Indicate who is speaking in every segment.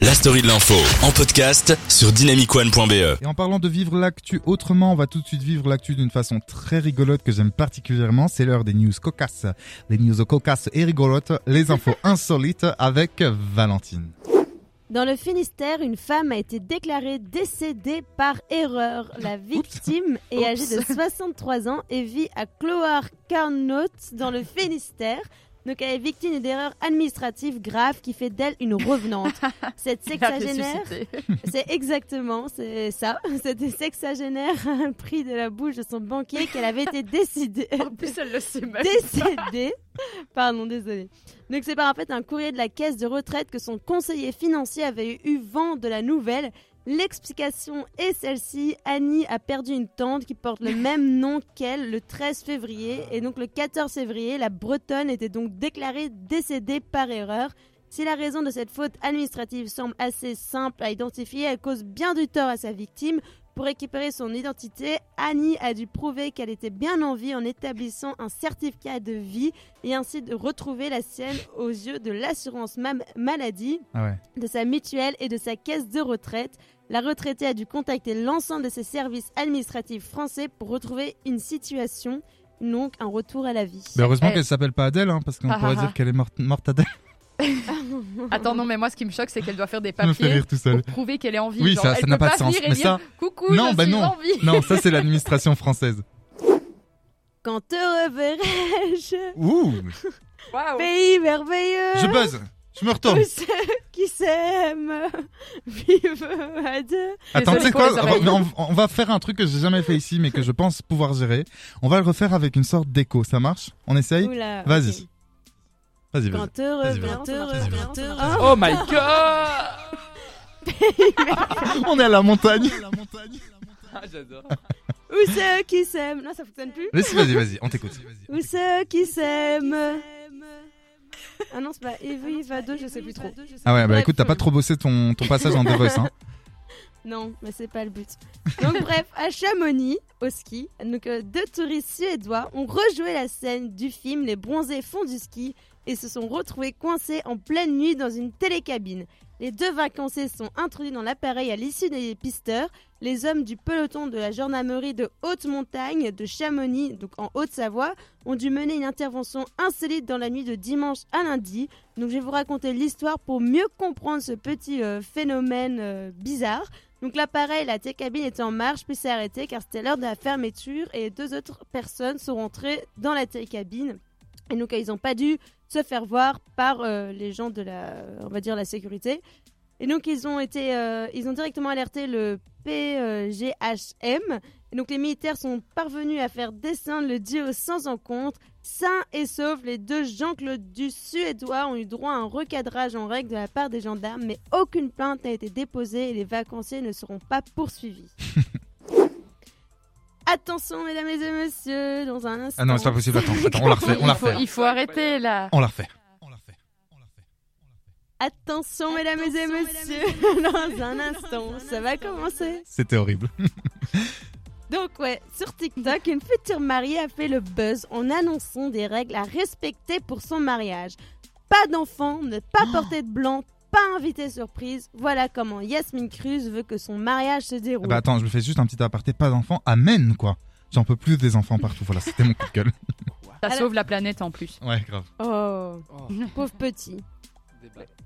Speaker 1: La story de l'info en podcast sur dynamicone.be.
Speaker 2: Et en parlant de vivre l'actu autrement, on va tout de suite vivre l'actu d'une façon très rigolote que j'aime particulièrement. C'est l'heure des news cocasses. Les news cocasses et rigolotes, les infos insolites avec Valentine.
Speaker 3: Dans le Finistère, une femme a été déclarée décédée par erreur. La victime est âgée de 63 ans et vit à Cloarcarnaut dans le Finistère. Donc elle est victime d'une erreur administrative grave qui fait d'elle une revenante. Cette sexagénaire, c'est exactement c'est ça. Cette sexagénaire a pris de la bouche de son banquier qu'elle avait été décidée
Speaker 4: En plus, elle le sait même.
Speaker 3: décédée. Pardon, désolé. Donc c'est par en fait un courrier de la caisse de retraite que son conseiller financier avait eu vent de la nouvelle. L'explication est celle-ci. Annie a perdu une tante qui porte le même nom qu'elle le 13 février. Et donc le 14 février, la Bretonne était donc déclarée décédée par erreur. Si la raison de cette faute administrative semble assez simple à identifier, elle cause bien du tort à sa victime. Pour récupérer son identité, Annie a dû prouver qu'elle était bien en vie en établissant un certificat de vie et ainsi de retrouver la sienne aux yeux de l'assurance mam- maladie
Speaker 2: Ah ouais.
Speaker 3: de sa mutuelle et de sa caisse de retraite. La retraitée a dû contacter l'ensemble de ses services administratifs français pour retrouver une situation, donc un retour à la vie.
Speaker 2: Mais heureusement
Speaker 4: Eh.
Speaker 2: qu'elle s'appelle pas Adèle, hein, parce qu'on
Speaker 4: Ah,
Speaker 2: pourrait
Speaker 4: ah,
Speaker 2: dire
Speaker 4: ah.
Speaker 2: qu'elle est morte, morte Adèle.
Speaker 4: Attends, non, mais moi, ce qui me choque, c'est qu'elle doit faire des
Speaker 2: Ça me fait
Speaker 4: papiers
Speaker 2: rire tout seul.
Speaker 4: pour prouver qu'elle est en vie.
Speaker 2: Oui,
Speaker 4: Genre,
Speaker 2: ça-
Speaker 4: elle
Speaker 2: ça n'a
Speaker 4: peut
Speaker 2: pas de sens,
Speaker 4: venir et
Speaker 2: mais
Speaker 4: dire,
Speaker 2: ça-
Speaker 4: Coucou,
Speaker 2: Non,
Speaker 4: je
Speaker 2: bah
Speaker 4: suis
Speaker 2: non.
Speaker 4: en vie.
Speaker 2: Non, ça c'est l'administration française.
Speaker 3: Quand te reverrai-je
Speaker 2: Ouh,
Speaker 4: Waouh.
Speaker 3: Pays merveilleux
Speaker 2: je buzz, je me retourne.
Speaker 3: Tous ceux qui s'aiment vivent à deux.
Speaker 2: Attends, tu sais
Speaker 4: Désolé
Speaker 2: quoi
Speaker 4: pour les oreilles.
Speaker 2: on, on va faire un truc que j'ai jamais fait ici, mais que je pense pouvoir gérer. On va le refaire avec une sorte d'écho. Ça marche On essaye
Speaker 3: Oula,
Speaker 2: Vas-y.
Speaker 3: ok.
Speaker 2: Vas-y, vas-y.
Speaker 3: Quand te reverrai-je
Speaker 2: Vas-y,
Speaker 3: Quand te
Speaker 2: vas-y.
Speaker 3: reverrai-je
Speaker 4: Oh my god.
Speaker 2: On est à la montagne.
Speaker 4: Ah, J'adore.
Speaker 3: Ou ceux qui s'aiment Non, ça fonctionne plus.
Speaker 2: Vas-y, vas-y, vas-y, on t'écoute.
Speaker 3: Ou ceux qui s'aiment Ah non, c'est pas Evie Vado, je sais plus trop.
Speaker 2: Ah ouais, bah
Speaker 3: Bref,
Speaker 2: écoute, t'as pas trop bossé ton, ton passage en The Voice, hein.
Speaker 3: Non, mais c'est pas le but. Donc bref, à Chamonix, au ski, donc, euh, deux touristes suédois ont rejoué la scène du film Les bronzés font du ski et se sont retrouvés coincés en pleine nuit dans une télécabine. Les deux vacanciers sont introduits dans l'appareil à l'issue des pisteurs. Les hommes du peloton de la gendarmerie de haute montagne de Chamonix, donc en Haute-Savoie, ont dû mener une intervention insolite dans la nuit de dimanche à lundi. Donc je vais vous raconter l'histoire pour mieux comprendre ce petit euh, phénomène euh, bizarre. Donc l'appareil, la télécabine était en marche, puis s'est arrêté car c'était l'heure de la fermeture et deux autres personnes sont rentrées dans la télécabine. Et donc euh, ils n'ont pas dû se faire voir par euh, les gens de la, on va dire la sécurité. Et donc ils ont été, euh, ils ont directement alerté le PGHM. Et donc les militaires sont parvenus à faire descendre le duo sans encontre. Sains et saufs, les deux Jean-Claude du Suédois ont eu droit à un recadrage en règle de la part des gendarmes, mais aucune plainte n'a été déposée et les vacanciers ne seront pas poursuivis. Attention, mesdames et messieurs, dans un instant.
Speaker 2: Ah non, c'est pas possible, attends, attends, on la refait, on la
Speaker 4: Il faut,
Speaker 2: refait.
Speaker 4: il faut arrêter là.
Speaker 2: On la refait.
Speaker 3: Attention, mesdames et
Speaker 5: Attention,
Speaker 3: messieurs, dans un instant, ça va commencer.
Speaker 2: C'était horrible.
Speaker 3: Donc ouais, sur TikTok, une future mariée a fait le buzz en annonçant des règles à respecter pour son mariage. Pas d'enfant, ne pas porter de blanc, pas invité surprise. Voilà comment Yasmine Cruz veut que son mariage se déroule.
Speaker 2: Bah attends, je me fais juste un petit aparté, pas d'enfants, amen quoi. J'en peux plus des enfants partout, voilà, c'était mon coup de gueule.
Speaker 4: Ça
Speaker 3: Alors-
Speaker 4: sauve la planète en plus.
Speaker 2: Ouais, grave.
Speaker 3: Oh, pauvre petit.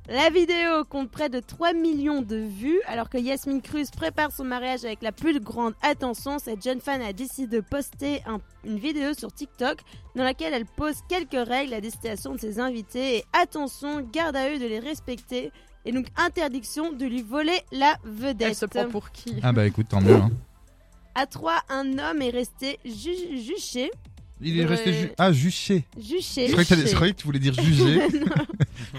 Speaker 3: La vidéo compte près de 3 millions de vues, alors que Yasmine Cruz prépare son mariage avec la plus grande attention. Cette jeune fan a décidé de poster un- une vidéo sur TikTok dans laquelle elle pose quelques règles à destination de ses invités. Et attention, garde à eux de les respecter. Et donc interdiction de lui voler la vedette.
Speaker 4: Elle se prend pour qui
Speaker 2: Ah bah écoute, tant mieux. Hein.
Speaker 3: À 3, un homme est resté ju- juché.
Speaker 2: Il est resté
Speaker 3: Ouais.
Speaker 2: ju ah, juché.
Speaker 3: Juché.
Speaker 2: Je croyais, que t'allais- je croyais que tu voulais dire jugé.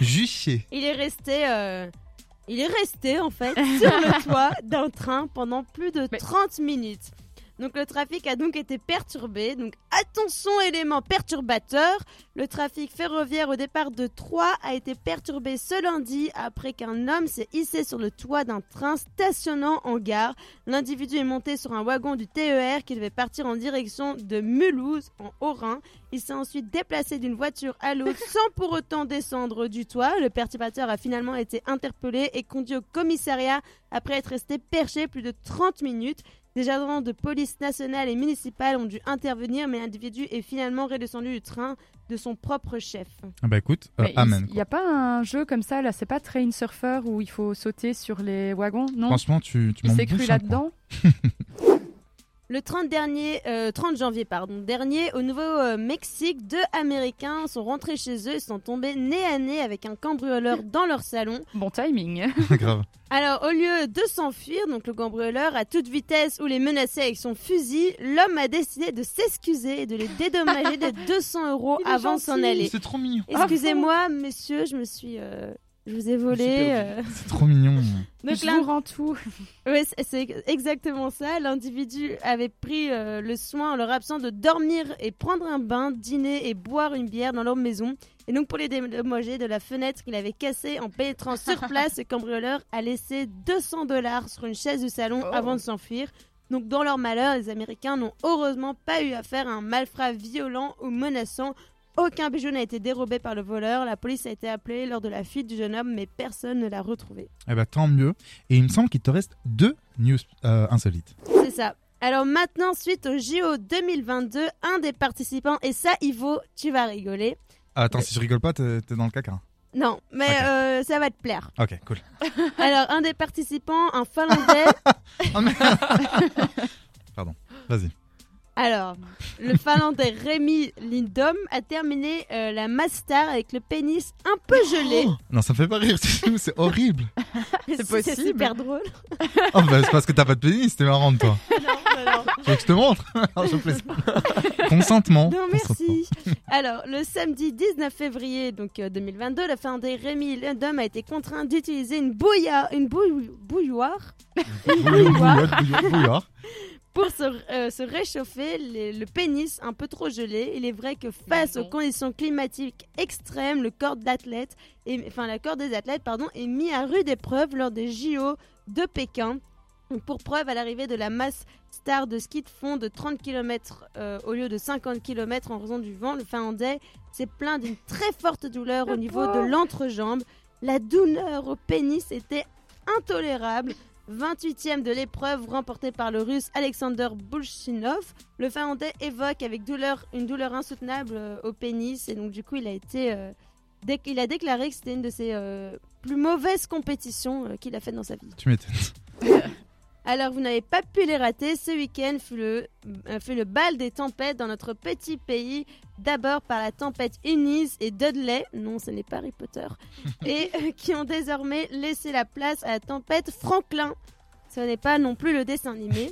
Speaker 2: juché.
Speaker 3: Il est resté. euh, Il est resté en fait sur le toit d'un train pendant plus de
Speaker 4: Mais-
Speaker 3: 30 minutes. Donc le trafic a donc été perturbé. Donc attention élément perturbateur. Le trafic ferroviaire au départ de Troyes a été perturbé ce lundi après qu'un homme s'est hissé sur le toit d'un train stationnant en gare. L'individu est monté sur un wagon du TER qui devait partir en direction de Mulhouse en Haut-Rhin. Il s'est ensuite déplacé d'une voiture à l'autre sans pour autant descendre du toit. Le perturbateur a finalement été interpellé et conduit au commissariat après être resté perché plus de 30 minutes. Des agents de police nationale et municipale ont dû intervenir, mais l'individu est finalement redescendu du train de son propre chef.
Speaker 2: Ah bah écoute, euh,
Speaker 4: Mais il-
Speaker 2: amen.
Speaker 4: Il n'y a pas un jeu comme ça, là, c'est pas Train Surfer où il faut sauter sur les wagons, non
Speaker 2: Franchement, tu, tu
Speaker 4: Il
Speaker 2: m'en
Speaker 4: s'est cru
Speaker 2: bouches un coin.
Speaker 4: là-dedans
Speaker 3: Le 30, dernier, euh, 30 janvier pardon, dernier, au Nouveau-Mexique, deux Américains sont rentrés chez eux et sont tombés nez à nez avec un cambrioleur dans leur salon.
Speaker 4: Bon timing.
Speaker 2: Grave.
Speaker 3: Alors, au lieu de s'enfuir, donc le cambrioleur, à toute vitesse ou les menacer avec son fusil, l'homme a décidé de s'excuser et de les dédommager de 200 euros
Speaker 4: Il est
Speaker 3: avant de s'en
Speaker 4: gentil. Ah
Speaker 3: aller.
Speaker 2: C'est trop mignon.
Speaker 3: Excusez-moi, monsieur, je me suis. euh, je vous ai volé. euh.
Speaker 2: C'est trop mignon.
Speaker 3: Donc,
Speaker 4: je
Speaker 3: l'un-
Speaker 4: vous rends tout.
Speaker 3: Oui, c'est- c'est exactement ça. L'individu avait pris euh, le soin, en leur absent, de dormir et prendre un bain, dîner et boire une bière dans leur maison. Et donc, pour les dédommager de la fenêtre qu'il avait cassée en pénétrant sur place, le cambrioleur a laissé 200 dollars sur une chaise du salon
Speaker 4: Oh.
Speaker 3: avant de s'enfuir. Donc, dans leur malheur, les Américains n'ont heureusement pas eu affaire à un malfrat violent ou menaçant. Aucun bijou n'a été dérobé par le voleur. La police a été appelée lors de la fuite du jeune homme, mais personne ne l'a retrouvé.
Speaker 2: Eh bah tant mieux. Et il me semble qu'il te reste deux news euh, insolites.
Speaker 3: C'est ça. Alors maintenant, suite au JO 2022, un des participants, et ça, Ivo, tu vas rigoler.
Speaker 2: Ah, attends, si je rigole pas, t'es t'es dans le caca.
Speaker 3: Non, mais
Speaker 2: Ok.
Speaker 3: euh, ça va te plaire.
Speaker 2: Ok, cool.
Speaker 3: Alors, un des participants, un Finlandais.
Speaker 2: Oh, merde. Pardon, vas-y.
Speaker 3: Alors, le Finlandais Rémi Lindom a terminé euh, la Master avec le pénis un peu gelé.
Speaker 2: Non, ça me fait pas rire, c'est tout, c'est horrible.
Speaker 3: C'est
Speaker 4: possible.
Speaker 3: super drôle.
Speaker 2: Oh, bah, c'est parce que t'as pas de pénis, t'es marrant de toi.
Speaker 3: Non, non, non.
Speaker 2: Tu veux que je te montre Non, je plaisante. Consentement.
Speaker 3: Non,
Speaker 2: consentement.
Speaker 3: merci. Alors, le samedi 19 février donc, euh, 2022, la fin des Rémi Lindom a été contraint d'utiliser une, bouilla- une bouille- bouilloire
Speaker 2: Bouillon, bouillard, bouillon, bouillard.
Speaker 3: Pour se, euh, se réchauffer, les- le pénis un peu trop gelé, il est vrai que face
Speaker 4: Pardon.
Speaker 3: aux conditions climatiques extrêmes, le corps de l'athlète, est- enfin la corps des athlètes, pardon, est mis à rude épreuve lors des JO de Pékin. Donc, Pour preuve, à l'arrivée de la masse star de ski de fond de 30 km au lieu de 50 km en raison du vent, le Finlandais s'est plaint d'une très forte douleur au
Speaker 4: Le
Speaker 3: niveau de
Speaker 4: pauvre.
Speaker 3: l'entrejambe. La douleur au pénis était intolérable. 28e de l'épreuve remportée par le russe Alexander Bulshinov. Le Finlandais évoque avec douleur une douleur insoutenable euh, au pénis et donc du coup il a été euh, déc- il a déclaré que c'était une de ses euh, plus mauvaises compétitions euh, qu'il a faites dans sa vie.
Speaker 2: Tu m'étonnes.
Speaker 3: Alors vous n'avez pas pu les rater, ce week-end fut le, euh, fut le bal des tempêtes dans notre petit pays, d'abord par la tempête Innis et Dudley, non ce n'est pas Harry Potter, et euh, qui ont désormais laissé la place à la tempête Franklin. Ce n'est pas non plus le dessin animé.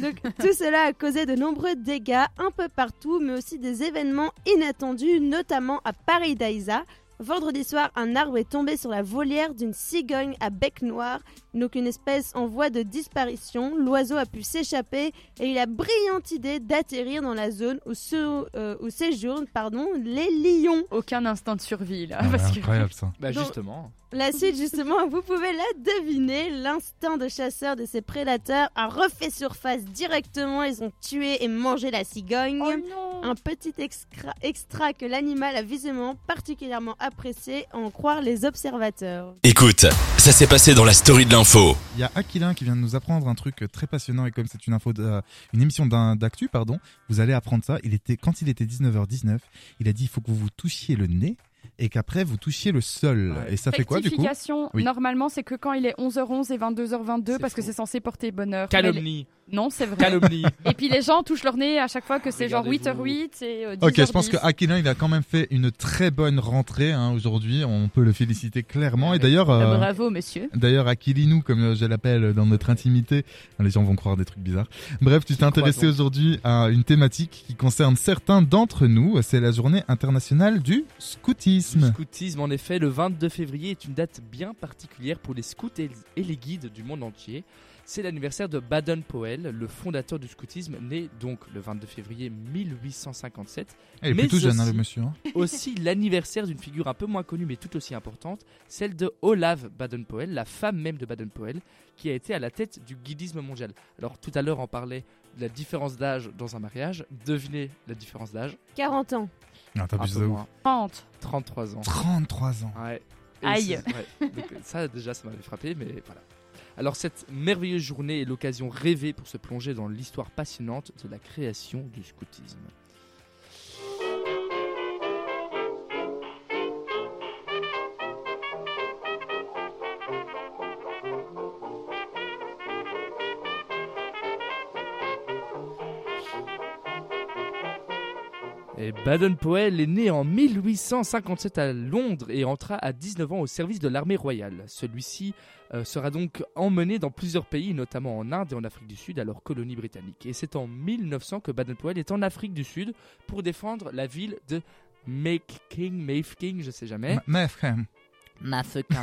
Speaker 3: Donc, tout cela a causé de nombreux dégâts un peu partout, mais aussi des événements inattendus, notamment à Paradisa. Vendredi soir, un arbre est tombé sur la volière d'une cigogne à bec noir donc une espèce en voie de disparition. L'oiseau a pu s'échapper et il a brillante idée d'atterrir dans la zone où, se- euh, où séjournent pardon, les lions.
Speaker 4: Aucun instinct de survie, là.
Speaker 2: Non, mais
Speaker 4: Ah, parce que-
Speaker 2: Incroyable ça.
Speaker 5: Bah
Speaker 3: Donc-
Speaker 5: justement.
Speaker 3: La suite, justement, vous pouvez la deviner. L'instinct de chasseur de ces prédateurs a refait surface directement. Ils ont tué et mangé la cigogne.
Speaker 4: Oh non
Speaker 3: Un petit extra, extra que l'animal a visiblement particulièrement apprécié, à en croire les observateurs.
Speaker 1: Écoute, ça s'est passé dans la story de l'info.
Speaker 2: Il y a Aquilin qui vient de nous apprendre un truc très passionnant et comme c'est une info de- euh, une émission d'un- d'actu pardon, vous allez apprendre ça. Il était quand il était 19h19, il a dit il faut que vous vous touchiez le nez et qu'après vous touchiez le sol.
Speaker 5: Ouais.
Speaker 2: Et ça fait quoi du coup
Speaker 4: Rectification,
Speaker 2: Oui.
Speaker 4: normalement, c'est que quand il est 11h11 et 22h22,
Speaker 5: C'est
Speaker 4: parce que
Speaker 5: faux.
Speaker 4: c'est censé porter bonheur. Mais
Speaker 5: Calomnie.
Speaker 4: les- Non, c'est vrai.
Speaker 5: Calomnie.
Speaker 4: Et puis les gens touchent leur nez à chaque fois que c'est genre
Speaker 5: Regardez-vous.
Speaker 4: 8h08 et euh, 10h10.
Speaker 2: Ok, je pense que Aquilin il a quand même fait une très bonne rentrée hein, aujourd'hui. On peut le féliciter clairement. Et d'ailleurs,
Speaker 4: Ah,
Speaker 2: euh,
Speaker 4: Bravo, monsieur.
Speaker 2: D'ailleurs, Aquilinou, comme euh, je l'appelle dans notre intimité, les gens vont croire des trucs bizarres. Bref, tu t'es intéressé
Speaker 5: crois donc.
Speaker 2: aujourd'hui à une thématique qui concerne certains d'entre nous. C'est la journée internationale du scoutisme. scoutisme.
Speaker 5: Le scoutisme, en effet, le 22 février est une date bien particulière pour les scouts et et les guides du monde entier. C'est l'anniversaire de Baden-Powell, le fondateur du scoutisme, né donc le 22 février 1857
Speaker 2: Elle est
Speaker 5: mais
Speaker 2: plutôt jeune, hein,
Speaker 5: aussi-
Speaker 2: le monsieur. hein.
Speaker 5: aussi l'anniversaire d'une figure un peu moins connue mais tout aussi importante, celle de Olave Baden-Powell, la femme même de Baden-Powell, qui a été à la tête du guidisme mondial. Alors tout à l'heure on parlait de la différence d'âge dans un mariage, devinez la différence d'âge,
Speaker 3: 40 ans.
Speaker 2: Non,
Speaker 5: un
Speaker 2: t'abuses
Speaker 5: peu
Speaker 2: de ouf.
Speaker 5: moins,
Speaker 4: 30.
Speaker 5: 33 ans.
Speaker 2: 33 ans.
Speaker 5: Ouais. Et
Speaker 4: Aïe.
Speaker 5: c'est- ouais. Donc, euh, Ça déjà ça m'avait frappé mais voilà. Alors cette merveilleuse journée est l'occasion rêvée pour se plonger dans l'histoire passionnante de la création du scoutisme. Et Baden-Powell est né en 1857 à Londres et entra à 19 ans au service de l'armée royale. Celui-ci euh, sera donc emmené dans plusieurs pays, notamment en Inde et en Afrique du Sud, alors colonie britannique. Et c'est en 1900 que Baden-Powell est en Afrique du Sud pour défendre la ville de Mafeking, Mafeking, je sais jamais.
Speaker 2: Ma- Mais frère,
Speaker 5: Mafeking.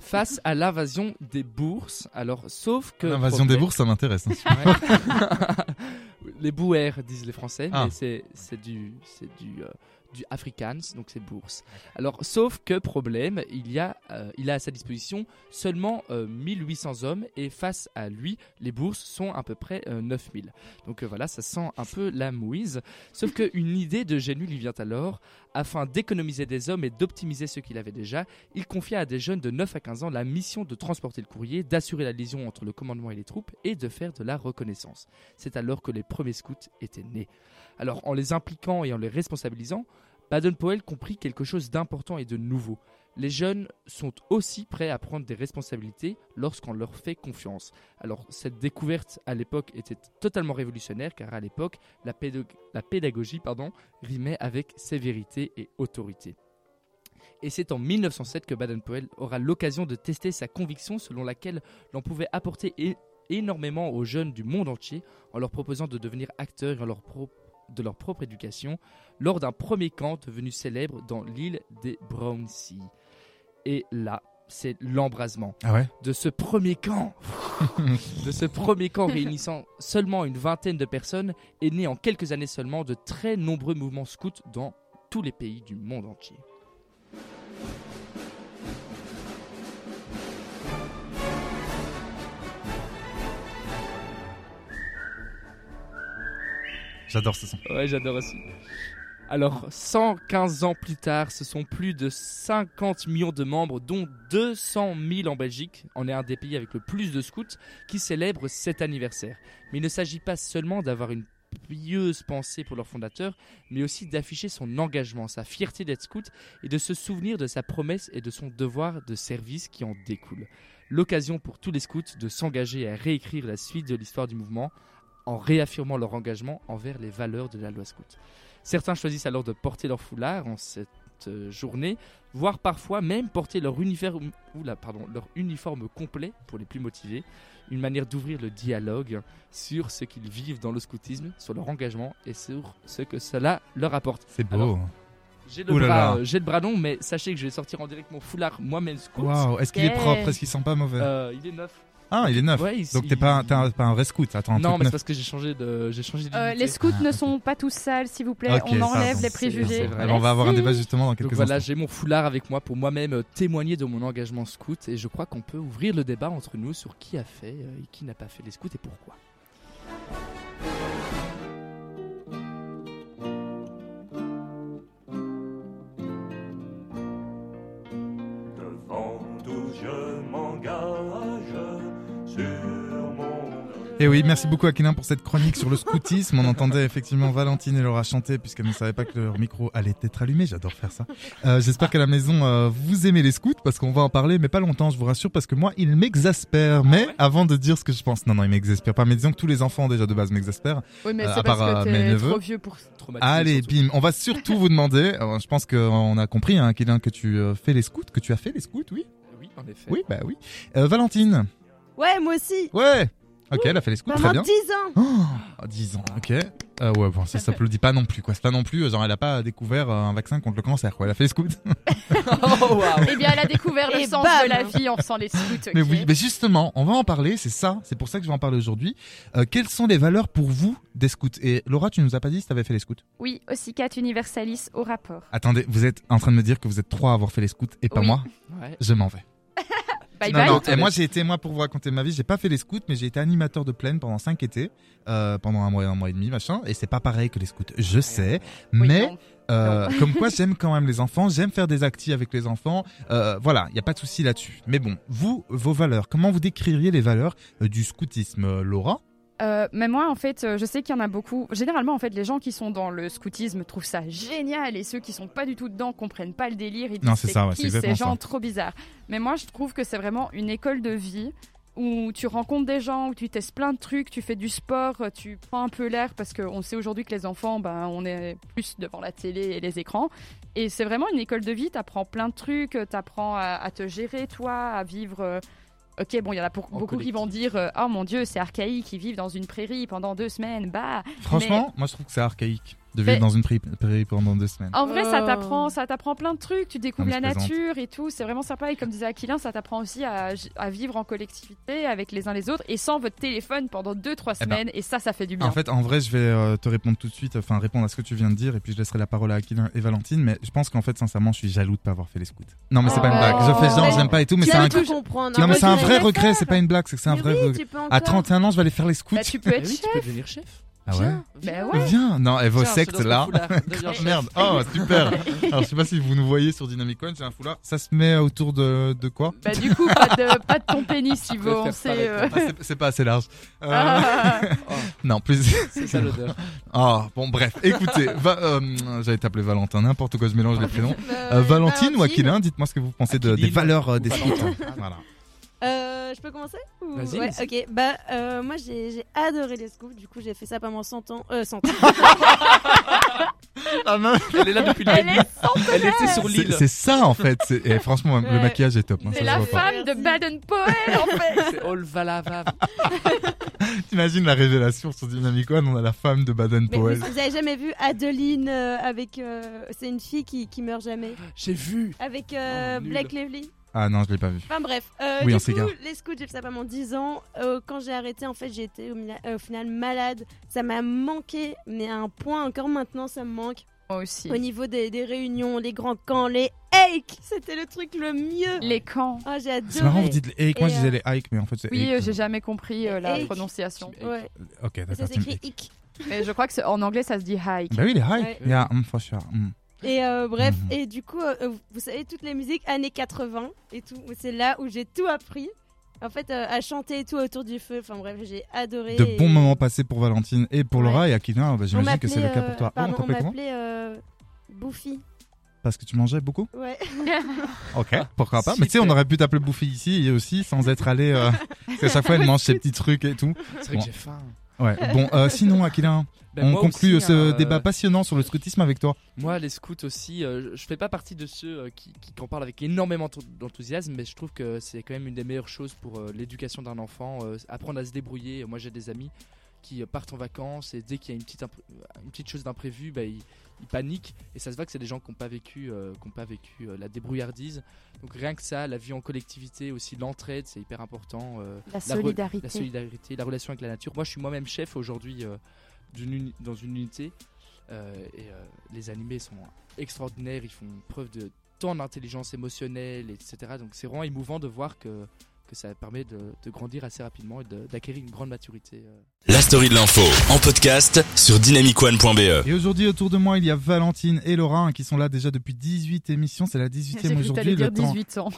Speaker 5: face à l'invasion des bourses. Alors, sauf que
Speaker 2: l'invasion des bourses, ça m'intéresse. hein.
Speaker 5: Ouais. les bouères, disent les Français,
Speaker 2: Ah.
Speaker 5: mais c'est, c'est du, c'est du, euh, du Afrikaans, donc c'est bourse. Alors, sauf que problème, il, y a, euh, il a à sa disposition seulement euh, 1800 hommes et face à lui, les bourses sont à peu près euh, 9000. Donc euh, voilà, ça sent un peu la mouise. Sauf qu'une idée de génie lui vient alors. Afin d'économiser des hommes et d'optimiser ce qu'il avait déjà, il confia à des jeunes de 9 à 15 ans la mission de transporter le courrier, d'assurer la liaison entre le commandement et les troupes et de faire de la reconnaissance. C'est alors que les premiers scouts étaient nés. Alors en les impliquant et en les responsabilisant, Baden-Powell comprit quelque chose d'important et de nouveau. Les jeunes sont aussi prêts à prendre des responsabilités lorsqu'on leur fait confiance. Alors cette découverte à l'époque était totalement révolutionnaire car à l'époque la, pédo- la pédagogie pardon, rimait avec sévérité et autorité. Et c'est en 1907 que Baden-Powell aura l'occasion de tester sa conviction selon laquelle l'on pouvait apporter é- énormément aux jeunes du monde entier en leur proposant de devenir acteurs et en leur pro- de leur propre éducation lors d'un premier camp devenu célèbre dans l'île des Brownsea. Et là, c'est l'embrasement
Speaker 2: Ah ouais
Speaker 5: de ce premier camp, de ce premier camp réunissant seulement une vingtaine de personnes, est né en quelques années seulement de très nombreux mouvements scouts dans tous les pays du monde entier.
Speaker 2: J'adore ce son.
Speaker 5: Ouais, j'adore aussi. Alors, 115 ans plus tard, ce sont plus de 50 millions de membres, dont 200 000 en Belgique. On est un des pays avec le plus de scouts qui célèbrent cet anniversaire. Mais il ne s'agit pas seulement d'avoir une pieuse pensée pour leur fondateur, mais aussi d'afficher son engagement, sa fierté d'être scout et de se souvenir de sa promesse et de son devoir de service qui en découle. L'occasion pour tous les scouts de s'engager et à réécrire la suite de l'histoire du mouvement en réaffirmant leur engagement envers les valeurs de la loi scout. Certains choisissent alors de porter leur foulard en cette euh, journée, voire parfois même porter leur uniforme, oula, pardon, leur uniforme complet pour les plus motivés, une manière d'ouvrir le dialogue sur ce qu'ils vivent dans le scoutisme, sur leur engagement et sur ce que cela leur apporte.
Speaker 2: C'est beau.
Speaker 5: Alors, J'ai le,
Speaker 2: Ouh là
Speaker 5: bras,
Speaker 2: là.
Speaker 5: euh, j'ai le bras long, mais sachez que je vais sortir en direct mon foulard moi-même scout.
Speaker 2: Waouh, est-ce qu'il est
Speaker 4: Yeah.
Speaker 2: propre Est-ce qu'il sent pas mauvais
Speaker 5: Euh, il est neuf.
Speaker 2: Ah, il est neuf.
Speaker 5: Ouais, il-
Speaker 2: Donc t'es
Speaker 5: il-
Speaker 2: pas, un- t'es un- pas un vrai scout. Attends, un
Speaker 5: Non,
Speaker 2: truc
Speaker 5: mais c'est
Speaker 2: neuf.
Speaker 5: parce que j'ai changé de, j'ai changé
Speaker 4: Euh,
Speaker 5: d'unité.
Speaker 4: les scouts ne
Speaker 2: Ah.
Speaker 4: sont pas tous sales, s'il vous plaît.
Speaker 2: Ok,
Speaker 4: On enlève
Speaker 2: pardon.
Speaker 4: les
Speaker 5: C'est
Speaker 4: préjugés.
Speaker 5: vrai.
Speaker 2: Alors, ben, on va avoir un débat justement dans
Speaker 5: Eh Donc
Speaker 2: quelques
Speaker 5: voilà,
Speaker 2: instants.
Speaker 5: j'ai mon foulard avec moi pour moi-même euh, témoigner de mon engagement scout et je crois qu'on peut ouvrir le débat entre nous sur qui a fait euh, et qui n'a pas fait les scouts et pourquoi.
Speaker 6: devant tout je m'engage sur mon
Speaker 2: Et Eh oui, merci beaucoup Aquilin pour cette chronique sur le scoutisme. On entendait effectivement Valentine et Laura chanter puisqu'elles ne savaient pas que leur micro allait être allumé. J'adore faire ça. Euh, J'espère qu'à la maison, euh, vous aimez les scouts parce qu'on va en parler, mais pas longtemps, je vous rassure, parce que moi, ils m'exaspèrent. Mais avant de dire ce que je pense, non, non, ils m'exaspèrent pas. Mais disons que tous les enfants déjà de base m'exaspèrent.
Speaker 4: Oui, mais
Speaker 2: Euh, à
Speaker 4: c'est
Speaker 2: part, euh,
Speaker 4: parce que
Speaker 2: mes
Speaker 4: t'es
Speaker 2: neveux.
Speaker 4: trop vieux pour ça.
Speaker 5: Traumatisé
Speaker 2: Allez,
Speaker 5: surtout.
Speaker 2: bim, on va surtout vous demander, euh, je pense qu'on a compris, hein, Aquilin, que tu euh, fais les scouts, que tu as fait les scouts, oui
Speaker 5: Oui, en effet.
Speaker 2: Oui, bah oui. Euh, Valentine
Speaker 3: Ouais, moi aussi.
Speaker 2: Ouais Ok, elle a fait les scouts, très
Speaker 3: Pendant
Speaker 2: bien.
Speaker 3: 10 ans.
Speaker 2: Oh, 10 ans, ok. Euh, ouais, bon, ça s'applaudit pas non plus, quoi. C'est pas non plus, euh, genre, elle a pas découvert euh, un vaccin contre le cancer, quoi. Elle a fait les scouts.
Speaker 5: Oh, waouh.
Speaker 4: Eh bien, elle a découvert le
Speaker 3: Et
Speaker 4: sens
Speaker 3: bam
Speaker 4: de la vie en faisant les scouts.
Speaker 2: Mais
Speaker 4: ok.
Speaker 2: oui, mais justement, on va en parler, c'est ça, c'est pour ça que je vais en parler aujourd'hui. Euh, quelles sont les valeurs pour vous des scouts Et Laura, tu nous as pas dit si t'avais fait les scouts
Speaker 4: Oui, aussi 4 Universalis au rapport.
Speaker 2: Attendez, vous êtes en train de me dire que vous êtes trois à avoir fait les scouts et pas
Speaker 4: Oui.
Speaker 2: moi
Speaker 5: Ouais.
Speaker 2: Je m'en vais.
Speaker 4: Bye
Speaker 2: non,
Speaker 4: bye.
Speaker 2: non, et moi j'ai été, moi pour vous raconter ma vie, j'ai pas fait les scouts, mais j'ai été animateur de plaine pendant cinq étés, euh, pendant un mois et un mois et demi, machin, et c'est pas pareil que les scouts, je sais,
Speaker 4: Oui,
Speaker 2: mais...
Speaker 4: non.
Speaker 2: Euh, comme quoi, j'aime quand même les enfants, j'aime faire des actifs avec les enfants. Euh, voilà, il n'y a pas de souci là-dessus. Mais bon, vous, vos valeurs, comment vous décririez les valeurs euh, du scoutisme, euh, Laura
Speaker 4: Euh, mais moi, en fait, euh, je sais qu'il y en a beaucoup. Généralement, en fait, les gens qui sont dans le scoutisme trouvent ça génial et ceux qui sont pas du tout dedans comprennent pas le délire. Ils disent
Speaker 2: Non, c'est ça, ouais, c'est
Speaker 4: qui ces
Speaker 2: exactement ça.
Speaker 4: gens trop bizarres. Mais moi, je trouve que c'est vraiment une école de vie où tu rencontres des gens, où tu testes plein de trucs, tu fais du sport, euh, tu prends un peu l'air parce qu'on sait aujourd'hui que les enfants, ben, on est plus devant la télé et les écrans. Et c'est vraiment une école de vie, t'apprends plein de trucs, euh, t'apprends à, à te gérer, toi, à vivre. euh, Ok, bon, il y en a pour-
Speaker 5: En
Speaker 4: beaucoup qui vont dire euh, Oh mon Dieu, c'est archaïque, ils vivent dans une prairie pendant deux semaines, bah
Speaker 2: Franchement, moi je trouve que c'est archaïque de vivre
Speaker 4: Mais-
Speaker 2: dans une pri- prairie pendant deux semaines.
Speaker 4: En vrai, ça
Speaker 3: Oh.
Speaker 4: t'apprend ça t'apprend plein de trucs, tu découvres
Speaker 2: Non,
Speaker 4: la
Speaker 2: Euh. Ah, mais je plaisante.
Speaker 4: nature et tout, c'est vraiment sympa. Et comme disait Aquilin, ça t'apprend aussi à, à vivre en collectivité avec les uns les autres et sans votre téléphone pendant deux, trois
Speaker 2: Eh ben,
Speaker 4: semaines, et ça, ça fait du bien.
Speaker 2: En fait, en vrai, je vais euh, te répondre tout de suite, enfin répondre à ce que tu viens de dire, et puis je laisserai la parole à Aquilin et Valentine. Mais je pense qu'en fait, sincèrement, je suis jaloux de pas avoir fait les scouts. Non, mais c'est pas une
Speaker 4: Oh.
Speaker 2: blague. Je fais genre,
Speaker 3: Mais-
Speaker 2: j'aime pas et tout, mais
Speaker 3: tu
Speaker 2: c'est
Speaker 3: as
Speaker 2: un.
Speaker 3: tout comprendre.
Speaker 2: Non, mais
Speaker 4: regret
Speaker 2: c'est un
Speaker 4: de
Speaker 2: vrai
Speaker 4: la
Speaker 2: regret. C'est pas une blague, c'est que c'est un vrai
Speaker 3: oui,
Speaker 2: regret.
Speaker 3: tu peux encore.
Speaker 2: à 31 ans, je vais aller faire les scouts.
Speaker 4: Bah, tu peux
Speaker 5: Ah
Speaker 4: être
Speaker 5: oui,
Speaker 4: chef.
Speaker 5: tu peux devenir chef.
Speaker 2: Ah ouais.
Speaker 5: Viens,
Speaker 4: Bah
Speaker 5: viens.
Speaker 4: ouais.
Speaker 2: Viens. Non, et vos
Speaker 5: Tiens,
Speaker 2: sectes
Speaker 5: c'est dans ce
Speaker 2: là.
Speaker 5: foulard, deviens chef.
Speaker 2: Merde, oh super Alors je sais pas si vous nous voyez sur Dynamic One, c'est un foulard. Ça se met euh, autour de, de quoi
Speaker 4: Bah, du coup, pas de, pas de ton pénis, Ivo,
Speaker 5: préfère
Speaker 4: on
Speaker 5: pas
Speaker 4: sait.
Speaker 5: répondre.
Speaker 4: euh,
Speaker 2: Ah, c'est- C'est pas assez large. Euh,
Speaker 4: ah.
Speaker 5: Oh,
Speaker 2: Non, plus.
Speaker 5: c'est ça l'odeur.
Speaker 2: Ah, bon, bref, écoutez, va, euh, j'allais t'appeler Valentin, n'importe quoi, je mélange
Speaker 4: Oh,
Speaker 2: les prénoms.
Speaker 3: Euh,
Speaker 2: Euh, Valentine ou Aquilin, dites-moi ce que vous pensez de- des
Speaker 5: Aquilin.
Speaker 2: valeurs euh,
Speaker 5: Ou
Speaker 2: des
Speaker 5: Valentin.
Speaker 2: scouts. Voilà. hein.
Speaker 3: Euh, je peux commencer ou-
Speaker 5: Vas-y,
Speaker 3: Ouais,
Speaker 5: vas-y.
Speaker 3: ok. Bah, euh, moi, j'ai j'ai adoré les scoops. Du coup, j'ai fait ça pendant 100 ans. Euh, 100 ans.
Speaker 2: Ah, mince.
Speaker 5: Elle est là depuis le
Speaker 4: Elle
Speaker 5: début.
Speaker 4: est sans
Speaker 5: Elle était sur
Speaker 2: C'est
Speaker 5: l'île.
Speaker 2: c'est ça en fait. c'est- Et franchement, le
Speaker 3: Ah, Ouais.
Speaker 2: maquillage est top. hein,
Speaker 4: C'est
Speaker 2: ça,
Speaker 4: la
Speaker 2: je vois pas.
Speaker 4: femme de
Speaker 3: Merci.
Speaker 4: Baden-Powell, en fait
Speaker 5: C'est all valava.
Speaker 2: T'imagines la révélation sur Dynamic One, on a la femme de
Speaker 3: Mais
Speaker 2: Baden-Powell.
Speaker 3: vous, vous avez jamais vu Adeline euh, avec. euh, C'est une fille qui, qui meurt jamais.
Speaker 5: J'ai vu.
Speaker 3: Avec euh,
Speaker 5: Oh, nul.
Speaker 3: Blake Lively.
Speaker 2: Ah non, je l'ai pas vu.
Speaker 3: Enfin bref, euh,
Speaker 2: Oui,
Speaker 3: du
Speaker 2: on
Speaker 3: coup,
Speaker 2: s'égare.
Speaker 3: les scouts, j'ai fait ça pendant 10 ans. Euh, quand j'ai arrêté, en fait, j'étais au, mila- euh, au final malade. Ça m'a manqué, mais à un point, encore maintenant, ça me manque.
Speaker 4: Moi aussi.
Speaker 3: Au niveau des, des réunions, les grands camps, les hikes, c'était le truc le mieux.
Speaker 4: Les camps.
Speaker 3: Oh, j'ai adoré.
Speaker 2: C'est marrant, vous dites les hikes, moi
Speaker 3: Et,
Speaker 2: je disais les hikes, mais en fait c'est.
Speaker 4: Oui,
Speaker 2: hikes.
Speaker 4: euh, j'ai jamais compris euh, la
Speaker 3: Hake.
Speaker 4: prononciation.
Speaker 3: Ouais,
Speaker 2: Ok,
Speaker 3: mais ça
Speaker 2: d'accord. tu me
Speaker 3: s'écrit
Speaker 2: hikes.
Speaker 3: hic.
Speaker 4: Mais je crois que c'est- en anglais, ça se dit hike.
Speaker 2: Bah oui, les hikes.
Speaker 3: Ouais.
Speaker 2: Il y a un for sure, hmm.
Speaker 3: Et euh, bref,
Speaker 2: Mhm.
Speaker 3: et du coup, euh, euh, vous savez, toutes les musiques années 80 et tout, c'est là où j'ai tout appris. En fait, euh, à chanter et tout autour du feu. Enfin bref, j'ai adoré.
Speaker 2: De
Speaker 3: Et-
Speaker 2: bons moments passés pour Valentine et pour
Speaker 3: Ouais.
Speaker 2: Laura et Aquilin, bah,
Speaker 3: On
Speaker 2: j'imagine que c'est le
Speaker 3: m'appelait,
Speaker 2: cas pour
Speaker 3: euh,
Speaker 2: toi. Hum, Oh, on
Speaker 3: pardon, on
Speaker 2: t'appelait comment
Speaker 3: m'appelait euh, Bouffy.
Speaker 2: Parce que tu mangeais beaucoup
Speaker 3: Ouais.
Speaker 2: Ok, pourquoi pas. Mais tu sais, on
Speaker 5: Super.
Speaker 2: aurait pu t'appeler bouffer ici et aussi sans être allé. euh, parce qu'à chaque fois, elle mange ses petits trucs et tout.
Speaker 5: C'est vrai que j'ai faim.
Speaker 2: Ouais, bon, euh, sinon, Aquilin,
Speaker 5: Ben,
Speaker 2: on
Speaker 5: moi
Speaker 2: conclut
Speaker 5: aussi,
Speaker 2: ce
Speaker 5: hein,
Speaker 2: débat
Speaker 5: euh,
Speaker 2: passionnant sur le scoutisme avec toi.
Speaker 5: Moi, les scouts aussi, euh, je fais pas partie de ceux euh, qui, qui en parlent avec énormément d'en- d'enthousiasme, mais je trouve que c'est quand même une des meilleures choses pour euh, l'éducation d'un enfant, euh, apprendre à se débrouiller. Moi, j'ai des amis qui euh, partent en vacances et dès qu'il y a une petite, imp- une petite chose d'imprévu, bah, ils, ils paniquent et ça se voit que c'est des gens qui n'ont pas vécu, euh, qui ont pas vécu euh, la débrouillardise. Donc rien que ça, la vie en collectivité, aussi l'entraide, c'est hyper important. euh,
Speaker 4: La
Speaker 5: la re-
Speaker 4: solidarité.
Speaker 5: la solidarité, la relation avec la nature. Moi, je suis moi-même chef aujourd'hui euh, d'une uni- dans une unité. euh, et euh, les animés sont extraordinaires, ils font preuve de tant d'intelligence émotionnelle, etc. Donc c'est vraiment émouvant de voir que, que ça permet de, de grandir assez rapidement et de- d'acquérir une grande maturité. euh.
Speaker 1: La story de l'info en podcast sur dynamicone.be.
Speaker 2: Et aujourd'hui, autour de moi, il y a Valentine et Laura hein, qui sont là déjà depuis 18 émissions. C'est la 18e
Speaker 4: J'ai cru que
Speaker 2: aujourd'hui.
Speaker 4: t'allais dire
Speaker 2: Le temps
Speaker 4: 18 ans.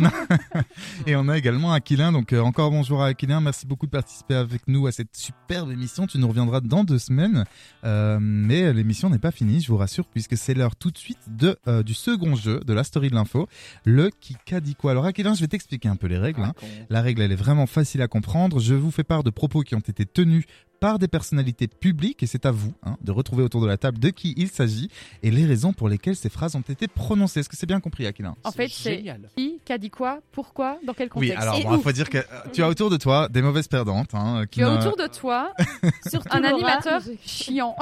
Speaker 2: Et on a également Aquilin, donc euh, encore bonjour à Aquilin, merci beaucoup de participer avec nous à cette superbe émission, tu nous reviendras dans deux semaines, Euh, mais l'émission n'est pas finie, je vous rassure, puisque c'est l'heure tout de suite de, euh, du second jeu de la story de l'info, le qui qu'a dit quoi. Alors Aquilin, je vais t'expliquer un peu les règles. hein.
Speaker 5: Raconte.
Speaker 2: La règle, elle est vraiment facile à comprendre. Je vous fais part de propos qui ont été tenus par des personnalités publiques et c'est à vous hein, de retrouver autour de la table de qui il s'agit et les raisons pour lesquelles ces phrases ont été prononcées. Est-ce que c'est bien compris, Aquilin
Speaker 4: En fait, c'est-
Speaker 5: génial.
Speaker 4: Qui, qu'a dit quoi, pourquoi, dans quel
Speaker 2: Oui,
Speaker 4: contexte
Speaker 2: alors
Speaker 3: Et
Speaker 2: bon, il
Speaker 3: où
Speaker 2: faut dire que euh, tu as autour de toi des mauvaises perdantes, hein, qui
Speaker 4: Tu as
Speaker 2: n'a-
Speaker 4: autour de toi
Speaker 3: Surtout
Speaker 2: hein.
Speaker 4: un
Speaker 3: Laura.
Speaker 4: animateur chiant.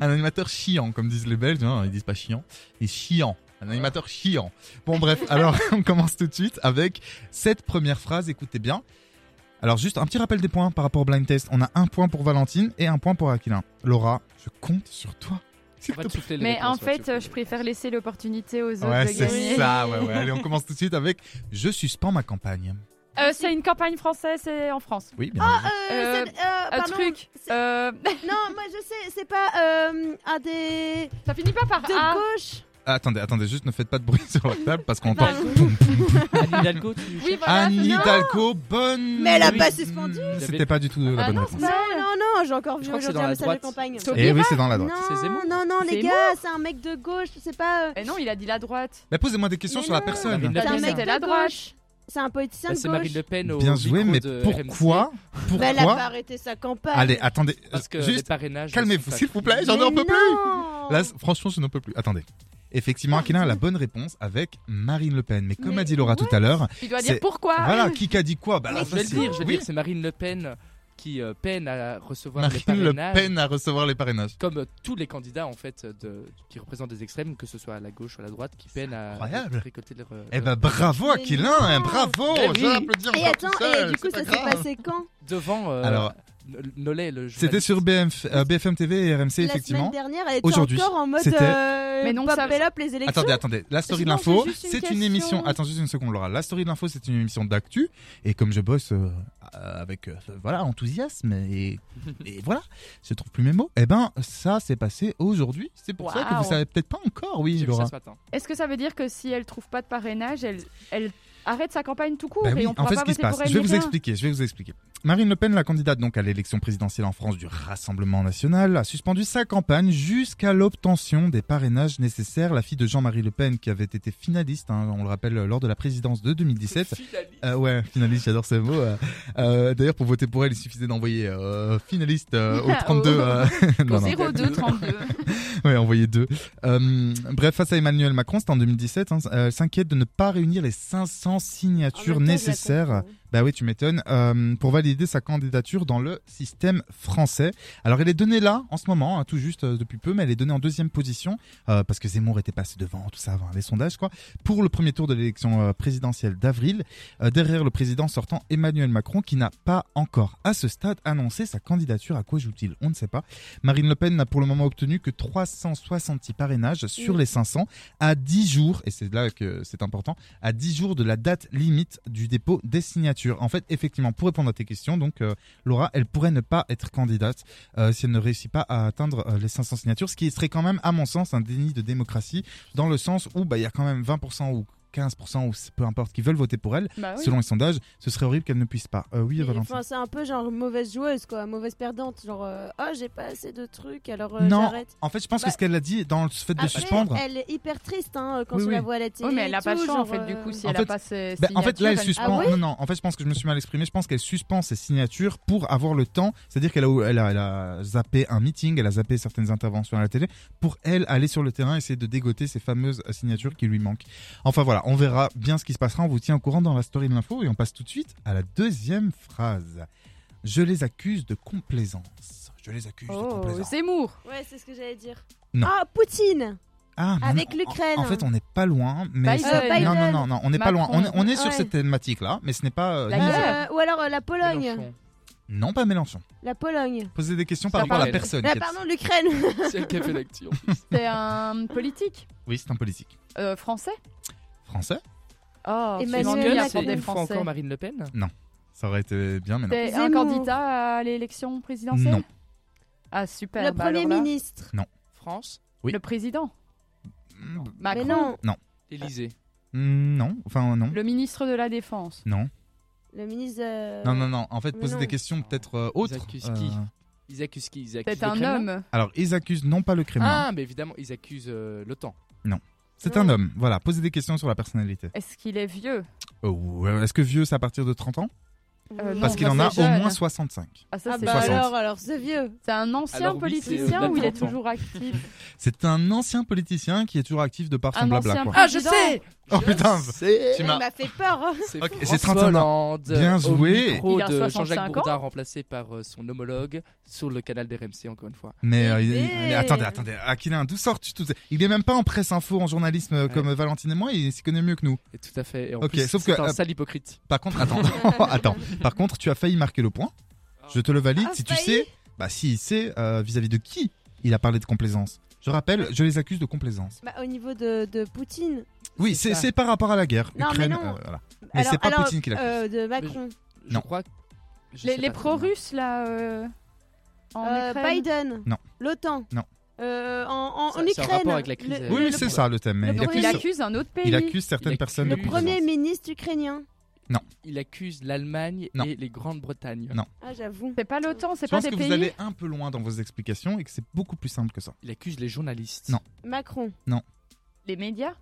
Speaker 2: un animateur chiant, comme disent les Belges, hein, ils disent pas chiant, ils chiant. Un animateur chiant. Bon bref, alors on commence tout de suite avec cette première phrase, écoutez bien. Alors juste un petit rappel des points par rapport au blind test. On a un point pour Valentine et un point pour Aquilin. Laura, je compte sur toi.
Speaker 5: On va te souffler les
Speaker 4: Mais en
Speaker 5: réponses, on va te
Speaker 4: fait,
Speaker 5: souffler.
Speaker 4: euh, je préfère laisser l'opportunité aux autres
Speaker 2: Ouais,
Speaker 4: de gagner.
Speaker 2: c'est ça. Ouais, ouais. Allez, on commence tout de suite avec Je suspends ma campagne.
Speaker 4: Euh, c'est une campagne française c'est en France.
Speaker 2: Oui, bien.
Speaker 3: Euh,
Speaker 4: Euh,
Speaker 3: c'est- euh,
Speaker 4: Un
Speaker 3: pardon.
Speaker 4: truc.
Speaker 3: C'est-
Speaker 4: euh,
Speaker 3: Non, moi je sais, c'est pas euh, un des
Speaker 4: ça finit pas par
Speaker 3: de
Speaker 4: A.
Speaker 3: gauche.
Speaker 2: Ah, Attendez, attendez, juste ne faites pas de bruit sur la table parce qu'on entend.
Speaker 4: Pardon.
Speaker 5: Anne Hidalgo, tu
Speaker 4: Oui, Bah, voilà.
Speaker 2: Anne
Speaker 4: c'est-
Speaker 2: Hidalgo, bonne.
Speaker 3: Mais elle a
Speaker 2: Oui.
Speaker 3: pas suspendu.
Speaker 2: Mm, C'était pas du tout la
Speaker 4: Ah
Speaker 2: bonne
Speaker 4: non,
Speaker 2: réponse.
Speaker 4: c'est
Speaker 3: Non,
Speaker 4: pas elle.
Speaker 3: non, non, j'ai encore vu
Speaker 5: crois que c'est
Speaker 3: aujourd'hui
Speaker 5: dans
Speaker 3: un
Speaker 5: la
Speaker 3: message de
Speaker 5: droite.
Speaker 3: campagne.
Speaker 4: Sauf-
Speaker 2: Et oui, c'est dans la droite.
Speaker 5: C'est Zemmour.
Speaker 3: Non, non, non, les
Speaker 4: Zemmour.
Speaker 3: gars, c'est un mec de gauche, c'est pas. euh,
Speaker 4: Eh non, il a dit la droite.
Speaker 2: Mais posez-moi des questions
Speaker 3: Mais
Speaker 2: sur la
Speaker 3: non.
Speaker 2: personne.
Speaker 5: Marine Le
Speaker 3: c'est un
Speaker 5: Pen,
Speaker 3: mec
Speaker 4: c'était
Speaker 3: de
Speaker 4: la droite.
Speaker 3: gauche. C'est un politicien
Speaker 5: Bah,
Speaker 3: de
Speaker 5: c'est Marine
Speaker 3: gauche.
Speaker 5: Le Pen au
Speaker 2: Bien joué,
Speaker 5: micro
Speaker 2: mais
Speaker 5: de
Speaker 2: pourquoi
Speaker 3: Mais elle a pas
Speaker 2: Pourquoi Bah,
Speaker 3: arrêté sa campagne.
Speaker 2: Allez, attendez.
Speaker 5: RMC, Parce que les
Speaker 2: Juste,
Speaker 5: parrainages.
Speaker 2: calmez-vous,
Speaker 5: sont
Speaker 2: s'il vous plaît,
Speaker 5: pas-
Speaker 2: j'en ai un peu plus.
Speaker 3: plus.
Speaker 2: Là, c- franchement, je n'en peux plus. Attendez.
Speaker 5: Ah,
Speaker 2: Effectivement, Aquilin a la bonne réponse avec Marine Le Pen. Mais comme
Speaker 4: Mais
Speaker 2: a dit Laura tout à l'heure,
Speaker 4: Il doit
Speaker 2: C'est-
Speaker 4: dire pourquoi.
Speaker 2: voilà, qui a dit quoi Bah là,
Speaker 5: Alors, Ah. je
Speaker 2: ça,
Speaker 5: vais le
Speaker 2: c'est-
Speaker 5: dire, je vais le
Speaker 2: oui,
Speaker 5: dire, c'est Marine Le Pen qui euh, peine à recevoir les
Speaker 2: Marine Le
Speaker 5: parrainages.
Speaker 2: Pen à recevoir les parrainages.
Speaker 5: Comme euh, tous les candidats en fait de, qui représentent des extrêmes, que ce soit à la gauche ou à la droite, qui peinent à
Speaker 2: incroyable.
Speaker 5: récolter leur. euh,
Speaker 2: Eh ben,
Speaker 5: leur-
Speaker 2: bravo
Speaker 3: Mais
Speaker 2: Aquilin,
Speaker 3: non.
Speaker 2: hein, bravo.
Speaker 5: Eh oui.
Speaker 2: Je vais applaudir
Speaker 3: Et
Speaker 2: encore
Speaker 3: attends,
Speaker 2: tout seul,
Speaker 3: et du coup,
Speaker 2: c'est
Speaker 3: ça
Speaker 2: pas
Speaker 3: s'est
Speaker 2: grave.
Speaker 3: passé quand
Speaker 5: devant. euh,
Speaker 2: Alors-
Speaker 5: N- Nollet, le
Speaker 2: C'était
Speaker 5: journaliste.
Speaker 2: sur BMF, euh, BFM TV et RMC,
Speaker 3: La
Speaker 2: effectivement.
Speaker 3: semaine dernière, elle était
Speaker 2: Aujourd'hui,
Speaker 3: encore en mode
Speaker 2: c'était-
Speaker 3: euh,
Speaker 4: Mais non,
Speaker 3: pop
Speaker 4: ça-
Speaker 3: it up les élections.
Speaker 2: Attendez, attendez. La story de
Speaker 4: Non,
Speaker 2: l'info,
Speaker 4: c'est juste une
Speaker 2: c'est une
Speaker 4: question.
Speaker 2: émission. Attends juste une seconde, Laura. La story de l'info, c'est une émission d'actu. Et comme je bosse euh, euh, avec euh, voilà enthousiasme et, et voilà, je trouve plus mes mots. Eh ben, ça s'est passé aujourd'hui. C'est pour ça que vous
Speaker 4: Waouh.
Speaker 2: savez peut-être pas encore, oui,
Speaker 5: J'ai vu
Speaker 2: Laura.
Speaker 5: ça ce matin.
Speaker 4: Est-ce que ça veut dire que si elle trouve pas de parrainage, elle, elle arrête sa campagne tout court
Speaker 2: Bah
Speaker 4: et
Speaker 2: oui,
Speaker 4: on
Speaker 2: en
Speaker 4: pourra
Speaker 2: fait,
Speaker 4: pas
Speaker 2: ce qui se
Speaker 4: voter
Speaker 2: passe,
Speaker 4: pour elle
Speaker 2: je vais
Speaker 4: ni
Speaker 2: vous
Speaker 4: rien
Speaker 2: expliquer, je vais vous expliquer. Marine Le Pen, la candidate donc à l'élection présidentielle en France du Rassemblement National, a suspendu sa campagne jusqu'à l'obtention des parrainages nécessaires. La fille de Jean-Marie Le Pen, qui avait été finaliste, hein, on le rappelle, lors de la présidence de 2017, Euh, ouais, finaliste, j'adore ce mot. euh. Euh, D'ailleurs, pour voter pour elle, il suffisait d'envoyer euh, finaliste euh, au 32. euh, non, non.
Speaker 4: 02 32.
Speaker 2: Ouais, envoyer deux. Euh, bref, face à Emmanuel Macron, c'était en 2017. hein, euh, elle s'inquiète de ne pas réunir les 500
Speaker 3: En
Speaker 2: signatures
Speaker 3: même Oh, temps, je la
Speaker 2: nécessaires.
Speaker 3: comprends.
Speaker 2: Bah oui, tu m'étonnes. euh, pour valider sa candidature dans le système français. Alors, elle est donnée là, en ce moment, hein, tout juste euh, depuis peu, mais elle est donnée en deuxième position euh, parce que Zemmour était passé devant, tout ça, avant les sondages, quoi. Pour le premier tour de l'élection euh, présidentielle d'avril, euh, derrière le président sortant Emmanuel Macron, qui n'a pas encore, à ce stade, annoncé sa candidature. À quoi joue-t-il On ne sait pas. Marine Le Pen n'a pour le moment obtenu que 366 parrainages sur
Speaker 3: Oui.
Speaker 2: les 500 à 10 jours, et c'est là que c'est important à 10 jours de la date limite du dépôt des signatures. En fait, effectivement, pour répondre à tes questions, donc euh, Laura, elle pourrait ne pas être candidate euh, si elle ne réussit pas à atteindre euh, les 500 signatures, ce qui serait quand même, à mon sens, un déni de démocratie, dans le sens où bah, il y a quand même 20% ou 15% ou c- peu importe qui veulent voter pour elle.
Speaker 4: Bah oui.
Speaker 2: Selon les sondages, ce serait horrible qu'elle ne puisse pas. Euh, oui,
Speaker 3: Ah Mais,
Speaker 2: Valentin.
Speaker 3: enfin, c'est un peu genre mauvaise joueuse, quoi, mauvaise perdante. Genre, euh, oh, j'ai pas assez de trucs, alors euh,
Speaker 2: Non.
Speaker 3: j'arrête.
Speaker 2: En fait, je pense
Speaker 3: Bah,
Speaker 2: que ce qu'elle a dit dans le fait de
Speaker 3: Après,
Speaker 2: suspendre.
Speaker 3: Elle est hyper triste hein, quand
Speaker 2: Oui,
Speaker 3: on
Speaker 2: oui.
Speaker 3: la voit à la télé.
Speaker 4: Oui, Oh, mais elle
Speaker 3: a
Speaker 4: a pas le choix en fait, du
Speaker 3: euh,
Speaker 4: coup, si
Speaker 2: En
Speaker 4: elle
Speaker 2: fait-
Speaker 4: a pas ses.
Speaker 2: Ben, en fait, là, elle
Speaker 4: signatures,
Speaker 2: suspend.
Speaker 3: Ah ouais
Speaker 2: non, non, en fait, je pense que je me suis mal exprimé. Je pense qu'elle suspend ses signatures pour avoir le temps. C'est-à-dire qu'elle a, elle a, elle a zappé un meeting, elle a zappé certaines interventions à la télé pour elle aller sur le terrain essayer de dégoter ces fameuses signatures qui lui manquent. Enfin voilà, on verra bien ce qui se passera. On vous tient au courant dans la story de l'info et on passe tout de suite à la deuxième phrase. Je les accuse de complaisance. Je les accuse de
Speaker 4: Oh,
Speaker 2: complaisance.
Speaker 4: Zemmour.
Speaker 3: Ouais, c'est ce que j'allais dire.
Speaker 2: Non.
Speaker 3: Ah, Poutine
Speaker 2: Ah, mais
Speaker 3: Avec
Speaker 2: non,
Speaker 3: l'Ukraine.
Speaker 2: En, en fait, on n'est pas loin, mais
Speaker 4: Biden.
Speaker 2: ça-
Speaker 3: Euh, Biden.
Speaker 2: non, non, non, non, on n'est pas loin.
Speaker 4: Macron.
Speaker 2: On est, on est sur
Speaker 3: Ouais.
Speaker 2: cette thématique-là, mais ce n'est pas euh,
Speaker 4: La
Speaker 2: ni-
Speaker 4: guerre.
Speaker 3: Euh, Ou alors euh, la Pologne.
Speaker 5: Mélenchon.
Speaker 2: Non, pas Mélenchon.
Speaker 3: La Pologne.
Speaker 2: Posez des questions par
Speaker 5: Ça
Speaker 2: rapport à la
Speaker 5: parle.
Speaker 2: personne.
Speaker 3: Ah,
Speaker 2: qui est-
Speaker 3: pardon, l'Ukraine.
Speaker 5: C'est elle qui a fait l'actu.
Speaker 4: C'est un politique
Speaker 2: Oui, c'est un politique.
Speaker 4: euh, français.
Speaker 2: Français
Speaker 4: Oh,
Speaker 3: Emmanuel
Speaker 4: tu m'ennuies à
Speaker 5: Merkel,
Speaker 3: Macron.
Speaker 4: prendre des
Speaker 5: c'est une fois
Speaker 4: français.
Speaker 5: encore Marine Le Pen.
Speaker 2: Ça aurait été bien, mais non.
Speaker 4: C'est un
Speaker 3: Zemmour.
Speaker 4: candidat à l'élection présidentielle
Speaker 2: Non.
Speaker 4: Ah, super.
Speaker 3: le
Speaker 4: bah
Speaker 3: Premier
Speaker 4: alors là,
Speaker 3: ministre.
Speaker 5: France,
Speaker 2: Oui.
Speaker 4: Le président.
Speaker 2: Mm,
Speaker 4: Macron.
Speaker 3: Mais non,
Speaker 5: l'Elysée.
Speaker 2: Non, enfin non.
Speaker 4: Le ministre de la Défense.
Speaker 2: Non.
Speaker 3: le ministre. euh,
Speaker 2: Non, non, non. En fait,
Speaker 3: mais
Speaker 2: posez
Speaker 3: non.
Speaker 2: des questions peut-être euh, autres.
Speaker 5: accusent qui Ils accusent qui Ils accusent
Speaker 4: C'est
Speaker 5: le
Speaker 4: un
Speaker 5: Kremlin
Speaker 4: homme.
Speaker 2: Alors, ils accusent non pas le Kremlin.
Speaker 5: Ah, mais évidemment, ils accusent euh, l'OTAN.
Speaker 2: c'est un homme. Voilà, posez des questions sur la personnalité.
Speaker 4: Est-ce qu'il est vieux
Speaker 2: Oh, ouais, Est-ce que vieux, c'est à partir de 30 ans
Speaker 4: Euh, non,
Speaker 2: Parce
Speaker 4: ça,
Speaker 2: qu'il en a
Speaker 4: c'est
Speaker 2: au
Speaker 4: jeune.
Speaker 2: moins 65.
Speaker 4: Ah, ça,
Speaker 3: Ah
Speaker 4: c'est
Speaker 3: bah
Speaker 2: 60.
Speaker 3: alors, alors ce vieux.
Speaker 4: c'est un ancien
Speaker 5: Alors oui, c'est, euh,
Speaker 4: politicien ou il est
Speaker 5: 30 ans.
Speaker 4: toujours actif
Speaker 2: C'est un ancien politicien qui est toujours actif de par son
Speaker 4: Un
Speaker 2: blabla.
Speaker 4: ancien
Speaker 2: quoi.
Speaker 4: Ah, je sais
Speaker 2: Oh putain,
Speaker 5: C'est
Speaker 2: tu
Speaker 3: Il
Speaker 2: m'as-
Speaker 3: m'a fait peur. hein.
Speaker 2: Ok,
Speaker 5: François
Speaker 2: c'est 31 ans.
Speaker 5: Hollande,
Speaker 2: Bien joué.
Speaker 5: euh, Au micro
Speaker 4: Il a
Speaker 5: de
Speaker 4: 65
Speaker 5: Jean-Jacques
Speaker 4: ans.
Speaker 5: Bourdin remplacé par euh, son homologue sur le canal des RMC encore une fois.
Speaker 2: Mais, euh, il-
Speaker 3: Eh
Speaker 2: mais attendez, attendez, Aquilin, d'où sort tout ça Il est même pas en presse info, en journalisme euh, comme Valentine et moi, il s'y connaît mieux que nous.
Speaker 5: Et tout à fait. Et en
Speaker 2: Ok,
Speaker 5: plus,
Speaker 2: sauf
Speaker 5: c'est
Speaker 2: que,
Speaker 5: un
Speaker 2: euh,
Speaker 5: sale hypocrite.
Speaker 2: Par contre, attends, attends. Par contre, tu as failli marquer le point. Je te le valide.
Speaker 3: Ah,
Speaker 2: si tu
Speaker 3: failli.
Speaker 2: sais, bah si il sait euh, vis-à-vis de qui il a parlé de complaisance. Je rappelle, je les accuse de complaisance.
Speaker 3: Bah, au niveau de, de Poutine.
Speaker 2: Oui,
Speaker 5: C'est
Speaker 2: c'est
Speaker 5: ça.
Speaker 2: c'est par rapport à la guerre.
Speaker 3: Non, mais
Speaker 2: Ukraine. euh,
Speaker 3: non.
Speaker 2: voilà. Mais c'est pas Poutine qui l'accuse.
Speaker 3: euh, de Macron.
Speaker 5: Je
Speaker 2: Non.
Speaker 5: crois. que- je
Speaker 4: Les,
Speaker 5: sais
Speaker 4: les
Speaker 5: pas trop.
Speaker 4: pro-russes, là, euh, en
Speaker 3: Euh,
Speaker 4: Ukraine.
Speaker 3: Biden.
Speaker 2: Non.
Speaker 3: L'OTAN.
Speaker 2: Non.
Speaker 3: Euh, en, en,
Speaker 5: Ça-
Speaker 3: en
Speaker 5: c'est un
Speaker 3: Ukraine.
Speaker 5: rapport avec la crise,
Speaker 3: Le-
Speaker 5: euh,
Speaker 2: Oui,
Speaker 5: le-
Speaker 2: oui, c'est
Speaker 5: le-
Speaker 2: ça le thème. mais
Speaker 3: le
Speaker 2: il,
Speaker 4: Donc,
Speaker 2: accuse,
Speaker 4: il accuse un autre pays.
Speaker 2: il accuse certaines
Speaker 5: accuse-
Speaker 2: personnes.
Speaker 5: Le
Speaker 2: de
Speaker 3: Le premier
Speaker 2: complaisance.
Speaker 3: ministre ukrainien.
Speaker 5: Il accuse l'Allemagne
Speaker 2: Non.
Speaker 5: et les Grandes-Bretagnes.
Speaker 2: Non.
Speaker 3: Ah, j'avoue.
Speaker 4: C'est pas l'OTAN, c'est
Speaker 2: Je
Speaker 4: pas
Speaker 2: pense
Speaker 4: des
Speaker 2: que
Speaker 4: pays.
Speaker 2: vous allez un peu loin dans vos explications et que c'est beaucoup plus simple que ça.
Speaker 5: Il accuse les journalistes.
Speaker 2: Non.
Speaker 3: Macron.
Speaker 4: Les médias